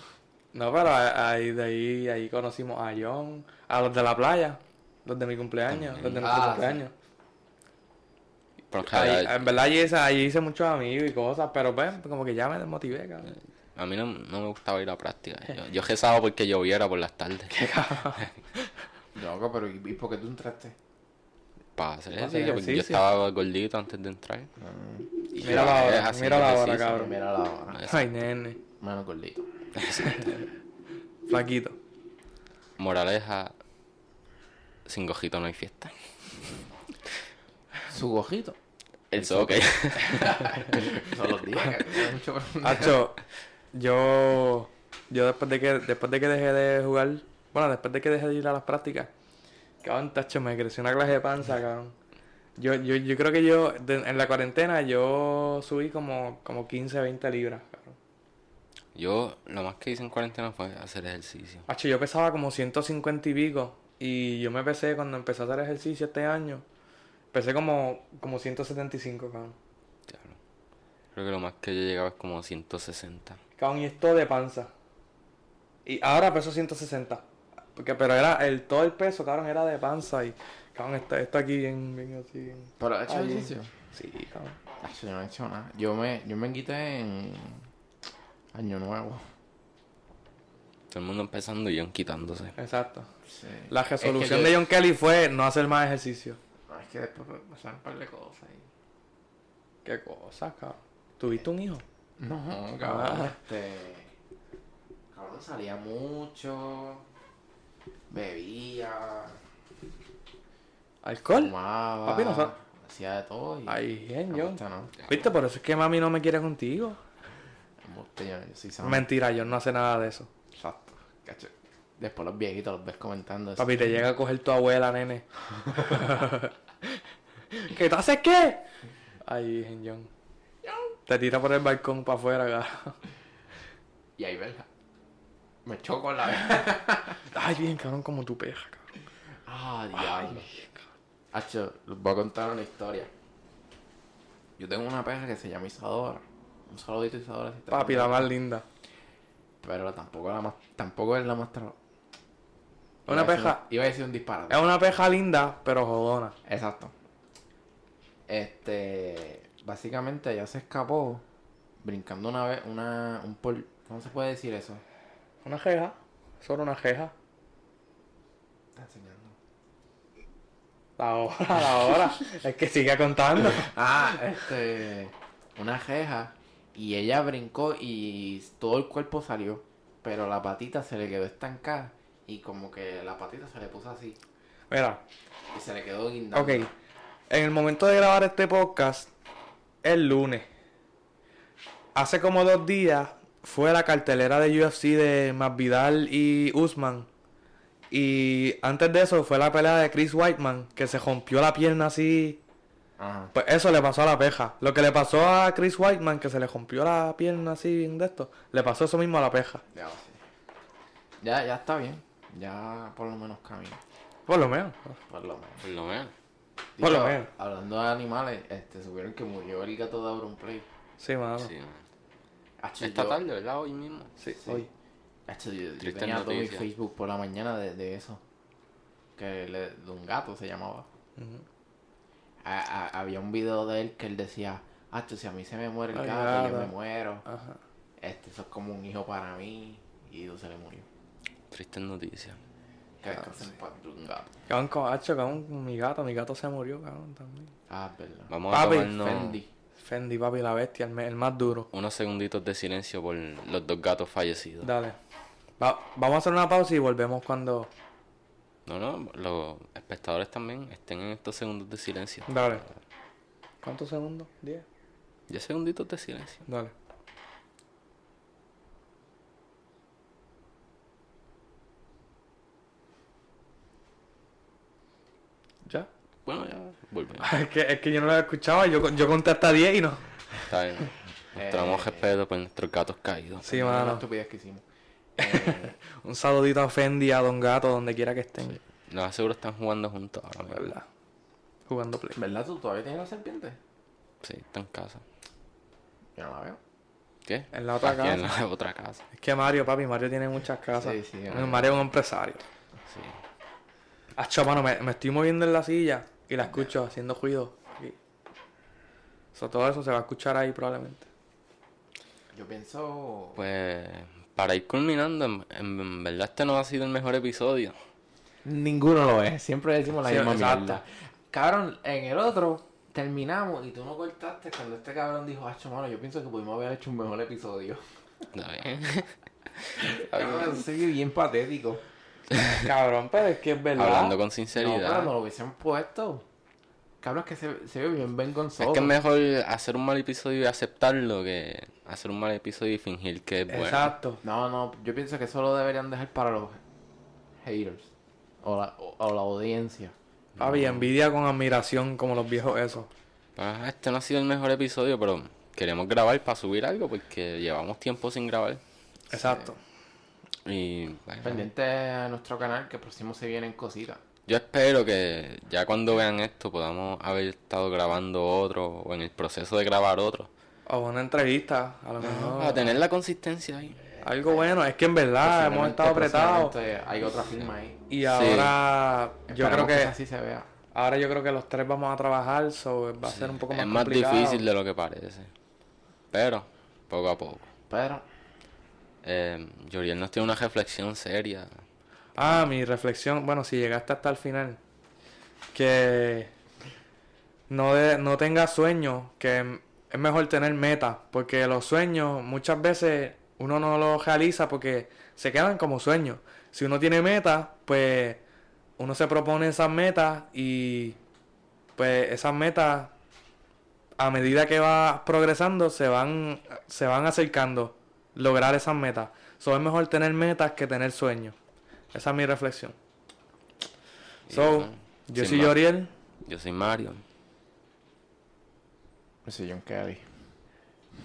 [SPEAKER 3] No, pero a- ahí, de ahí, ahí conocimos a John, a los de la playa, los de mi cumpleaños, los de nuestro
[SPEAKER 2] Ah,
[SPEAKER 3] cumpleaños.
[SPEAKER 1] Pero en
[SPEAKER 3] Ahí-
[SPEAKER 1] general,
[SPEAKER 3] en verdad allí hice, allí hice muchos amigos y cosas, pero pues como que ya me desmotivé, cabrón.
[SPEAKER 1] a mí no, no me gustaba ir a práctica. Yo, yo rezaba porque lloviera por las tardes.
[SPEAKER 2] Loco, pero ¿y y por qué tú entraste?
[SPEAKER 1] Para hacer
[SPEAKER 3] Para hacer
[SPEAKER 1] ejercicio, porque yo
[SPEAKER 3] ejercicio.
[SPEAKER 1] estaba gordito antes de entrar. Y
[SPEAKER 3] Mira
[SPEAKER 1] yo,
[SPEAKER 3] la
[SPEAKER 1] eh,
[SPEAKER 3] hora,
[SPEAKER 1] así,
[SPEAKER 3] mira la hora,
[SPEAKER 1] ejercicio.
[SPEAKER 3] Cabrón.
[SPEAKER 2] Mira la hora.
[SPEAKER 3] Ay, nene,
[SPEAKER 2] Mano gordito.
[SPEAKER 3] flaquito.
[SPEAKER 1] Moraleja, sin gojito no hay fiesta.
[SPEAKER 2] Su ojito.
[SPEAKER 1] El soccer.
[SPEAKER 2] Son los días que tenía mucho
[SPEAKER 3] Hacho, yo, yo después de que, después de que dejé de jugar, bueno, después de que dejé de ir a las prácticas, cabrón, tacho, me creció una clase de panza, cabrón. Yo, yo, yo creo que yo, de- en la cuarentena, yo subí como, como 15, 20 libras, cabrón.
[SPEAKER 1] Yo lo más que hice en cuarentena fue hacer ejercicio.
[SPEAKER 3] Hacho, yo pesaba como 150 y pico, y yo me pesé cuando empecé a hacer ejercicio este año, pesé como, como 175, cabrón.
[SPEAKER 1] Diablo. Creo que lo más que yo llegaba es como 160.
[SPEAKER 3] Cabrón, y esto de panza. Y ahora peso 160. Porque, pero era el todo el peso, cabrón, era de panza. Y, cabrón, está, está aquí bien, bien así. bien-
[SPEAKER 2] Pero he hecho
[SPEAKER 3] Ay,
[SPEAKER 2] ejercicio.
[SPEAKER 3] Sí, cabrón.
[SPEAKER 2] Ay, yo no he hecho nada. Yo me, yo me quité en Año Nuevo.
[SPEAKER 1] Todo el mundo empezando y yo quitándose.
[SPEAKER 3] Exacto.
[SPEAKER 2] Sí.
[SPEAKER 3] La resolución
[SPEAKER 2] yo-
[SPEAKER 3] de John Kelly fue no hacer más ejercicio.
[SPEAKER 2] No, es que después me pasaron un par de cosas. y-
[SPEAKER 3] Qué cosa, cabrón. ¿Tuviste un hijo?
[SPEAKER 2] No, cabrón.
[SPEAKER 3] Ah.
[SPEAKER 2] Este... Cabrón, salía mucho. Bebía.
[SPEAKER 3] ¿Alcohol?
[SPEAKER 2] Fumaba.
[SPEAKER 3] Papi, nosotros-
[SPEAKER 2] Hacía de todo. Y...
[SPEAKER 3] Ay, bien,
[SPEAKER 2] Me
[SPEAKER 3] John.
[SPEAKER 2] gusta, ¿no?
[SPEAKER 3] Viste, por eso es que mami no me quiere contigo.
[SPEAKER 2] embuste, yo, yo soy sano.
[SPEAKER 3] Mentira, yo no hace nada de eso.
[SPEAKER 2] Exacto. Cacho. Después los viejitos los ves comentando eso.
[SPEAKER 3] Papi, te llega a coger tu abuela, nene. ¿Qué te haces qué? Ay, Virgen John. Te tira por el balcón para afuera, cara.
[SPEAKER 2] Y ahí verga. Me choco en la verga.
[SPEAKER 3] Ay, bien, cabrón, como tu peja, cabrón.
[SPEAKER 2] Ah, diablo. Hacho, les voy a contar una historia. Yo tengo una perra que se llama Isadora. Un saludito Isadora. si estás
[SPEAKER 3] Papi, la
[SPEAKER 2] viendo.
[SPEAKER 3] más linda.
[SPEAKER 2] Pero tampoco, la más, tampoco es la más... tra-
[SPEAKER 3] Una
[SPEAKER 2] Iba a decir-
[SPEAKER 3] peja.
[SPEAKER 2] Iba a decir un disparate.
[SPEAKER 3] Es una peja linda, pero jodona.
[SPEAKER 2] Exacto. Este, básicamente ella se escapó brincando una vez, una, un pol, ¿cómo se puede decir eso?
[SPEAKER 3] Una jeja. Solo una jeja.
[SPEAKER 2] Está enseñando.
[SPEAKER 3] La hora, la hora. es que sigue contando.
[SPEAKER 2] Ah, este, una reja y ella brincó y todo el cuerpo salió, pero la patita se le quedó estancada y como que la patita se le puso así
[SPEAKER 3] Mira,
[SPEAKER 2] y se le quedó guindando.
[SPEAKER 3] ok. En el momento de grabar este podcast, el lunes. Hace como dos días fue la cartelera de UFC de Masvidal y Usman. Y antes de eso fue la pelea de Chris Whiteman, que se rompió la pierna así.
[SPEAKER 2] Ajá.
[SPEAKER 3] Pues eso le pasó a la peja. Lo que le pasó a Chris Whiteman, que se le rompió la pierna así bien de esto, le pasó eso mismo a la peja.
[SPEAKER 2] Ya, sí. ya, ya está bien. Ya por lo menos camina.
[SPEAKER 3] Por lo menos.
[SPEAKER 2] Por lo menos.
[SPEAKER 1] Por lo menos.
[SPEAKER 3] Por lo
[SPEAKER 2] Dicho,
[SPEAKER 3] menos.
[SPEAKER 2] Hablando de animales, este, supieron que murió el gato de Auronplay.
[SPEAKER 3] Sí, mano.
[SPEAKER 1] Sí, man.
[SPEAKER 2] Acho,
[SPEAKER 1] Esta
[SPEAKER 2] yo-
[SPEAKER 1] tarde, ¿verdad? Hoy mismo.
[SPEAKER 3] Sí,
[SPEAKER 2] Sí.
[SPEAKER 3] hoy.
[SPEAKER 2] acho, yo, yo
[SPEAKER 1] Triste
[SPEAKER 2] tenía todo mi
[SPEAKER 1] noticia.
[SPEAKER 2] Facebook por la mañana de, de eso. Que le- de un gato se llamaba. A- a- había un video de él que él decía, Acho, si a mí se me muere el
[SPEAKER 3] Ay,
[SPEAKER 2] gato, yo
[SPEAKER 3] gato.
[SPEAKER 2] me muero.
[SPEAKER 3] Ajá.
[SPEAKER 2] Este, eso es como un hijo para mí. Y se le murió.
[SPEAKER 1] Triste noticia.
[SPEAKER 2] Que descanse en paz, un gato.
[SPEAKER 3] Cabrón, coacho, cabrón, mi gato, mi gato se murió, cabrón, también.
[SPEAKER 2] Ah, es verdad.
[SPEAKER 1] Vamos a
[SPEAKER 3] Papi,
[SPEAKER 1] tomarnos
[SPEAKER 2] Fendi.
[SPEAKER 3] Fendi, papi, la bestia, el, me- el más duro.
[SPEAKER 1] unos segunditos de silencio por los dos gatos fallecidos.
[SPEAKER 3] Dale. Va- vamos a hacer una pausa y volvemos cuando...
[SPEAKER 1] No, no, los espectadores también estén en estos segundos de silencio.
[SPEAKER 3] Dale. ¿Cuántos segundos? ¿Diez?
[SPEAKER 1] Diez segunditos de silencio.
[SPEAKER 3] Dale. ¿Ya?
[SPEAKER 1] Bueno, ya volvemos.
[SPEAKER 3] es, que, es que yo no lo escuchaba, yo, yo conté hasta 10 y no.
[SPEAKER 1] Está bien. Mostramos
[SPEAKER 2] Eh.
[SPEAKER 1] respeto por nuestros gatos caídos.
[SPEAKER 3] Sí,
[SPEAKER 2] Una
[SPEAKER 3] mano.
[SPEAKER 2] estupidez que hicimos. Eh,
[SPEAKER 3] Un saludito a Fendi, a Don Gato, donde quiera que estén.
[SPEAKER 1] Los aseguro están jugando juntos ahora mismo.
[SPEAKER 3] ¿Verdad? Jugando play.
[SPEAKER 2] ¿Verdad? ¿Tú todavía tienes la serpiente?
[SPEAKER 1] Sí, están en casa.
[SPEAKER 2] Yo no la veo.
[SPEAKER 1] ¿Qué?
[SPEAKER 3] En la otra
[SPEAKER 1] Aquí en
[SPEAKER 3] casa.
[SPEAKER 1] la otra casa.
[SPEAKER 3] Es que Mario, papi, Mario tiene muchas casas.
[SPEAKER 2] Sí, sí,
[SPEAKER 3] Bueno,
[SPEAKER 2] Mario.
[SPEAKER 3] Mario es un empresario.
[SPEAKER 1] Sí.
[SPEAKER 3] Acho, mano, me, me estoy moviendo en la silla y la escucho haciendo ruido. aquí. So, todo eso se va a escuchar ahí probablemente.
[SPEAKER 2] Yo pienso...
[SPEAKER 1] Pues para ir culminando, en, en verdad este no ha sido el mejor episodio.
[SPEAKER 2] Ninguno lo es. Siempre decimos la
[SPEAKER 3] Sí,
[SPEAKER 2] misma
[SPEAKER 3] exacto.
[SPEAKER 2] mierda. Cabrón, en el otro terminamos y tú no cortaste cuando este cabrón dijo, ah, mano, yo pienso que pudimos haber hecho un mejor episodio.
[SPEAKER 1] Está bien.
[SPEAKER 2] Cabrón, soy bien patético.
[SPEAKER 3] Cabrón, pero es que es verdad.
[SPEAKER 1] Hablando con
[SPEAKER 2] No,
[SPEAKER 1] sinceridad.
[SPEAKER 2] pero no lo hubiesen puesto. Cabrón, es que se, se ve bien vergonzoso.
[SPEAKER 1] Es que es mejor hacer un mal episodio y aceptarlo que hacer un mal episodio y fingir que es bueno.
[SPEAKER 3] Exacto.
[SPEAKER 2] No, no, yo pienso que eso lo deberían dejar para los haters. O la, o- o la audiencia.
[SPEAKER 3] Papi, envidia con admiración, como los viejos esos.
[SPEAKER 1] Pues, este no ha sido el mejor episodio, pero queremos grabar para subir algo porque llevamos tiempo sin grabar.
[SPEAKER 3] Exacto.
[SPEAKER 1] Y bueno,
[SPEAKER 2] Pendiente a nuestro canal, que próximo se vienen cositas.
[SPEAKER 1] yo espero que ya cuando vean esto podamos haber estado grabando otro o en el proceso de grabar otro.
[SPEAKER 3] O una entrevista, a lo
[SPEAKER 1] Para
[SPEAKER 3] mejor.
[SPEAKER 1] tener la consistencia ahí.
[SPEAKER 3] Algo bueno. Es que en
[SPEAKER 2] Ah,
[SPEAKER 3] verdad hemos estado apretados.
[SPEAKER 2] Próximamente Hay otra firma ahí.
[SPEAKER 3] Y ahora yo creo
[SPEAKER 2] Esperamos
[SPEAKER 3] que,
[SPEAKER 2] así se vea.
[SPEAKER 3] ahora yo creo que los tres vamos a trabajar, so va a ser un poco más
[SPEAKER 1] es más
[SPEAKER 3] complicado.
[SPEAKER 1] difícil de lo que parece. Pero, poco a poco.
[SPEAKER 2] Pero,
[SPEAKER 1] Eh, Yoriel nos tiene una reflexión seria.
[SPEAKER 3] Ah, mi reflexión, bueno, si llegaste hasta el final, que no, de- no tengas sueños, que es mejor tener metas, porque los sueños muchas veces uno no los realiza porque se quedan como sueños. Si uno tiene metas, pues uno se propone esas metas y pues esas metas a medida que vas progresando se van, se van acercando. lograr esas metas. So, es mejor tener metas que tener sueños. Esa es mi reflexión. So,
[SPEAKER 1] Y,
[SPEAKER 3] yo
[SPEAKER 1] sin
[SPEAKER 3] soy
[SPEAKER 1] más.
[SPEAKER 3] Yoriel.
[SPEAKER 1] Yo soy Mario.
[SPEAKER 2] Yo soy John Kelly.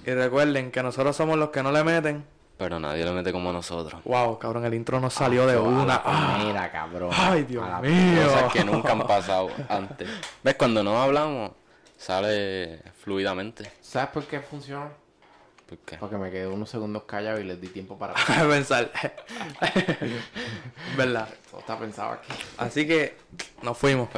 [SPEAKER 3] Y recuerden que nosotros somos los que no le meten.
[SPEAKER 1] Pero nadie lo mete como nosotros.
[SPEAKER 3] Wow, cabrón, el intro nos salió de una. Ah,
[SPEAKER 2] Mira, cabrón.
[SPEAKER 3] Ay, Dios
[SPEAKER 2] A la
[SPEAKER 3] mío.
[SPEAKER 1] Cosas que nunca han pasado antes. ¿Ves? Cuando no hablamos, sale fluidamente.
[SPEAKER 2] ¿Sabes por qué funcionó?
[SPEAKER 1] ¿Por qué?
[SPEAKER 2] Porque me quedé unos segundos callado y les di tiempo para...
[SPEAKER 3] Pensar. ¿Verdad?
[SPEAKER 2] Todo está pensado aquí.
[SPEAKER 3] Así que nos fuimos.
[SPEAKER 1] Pues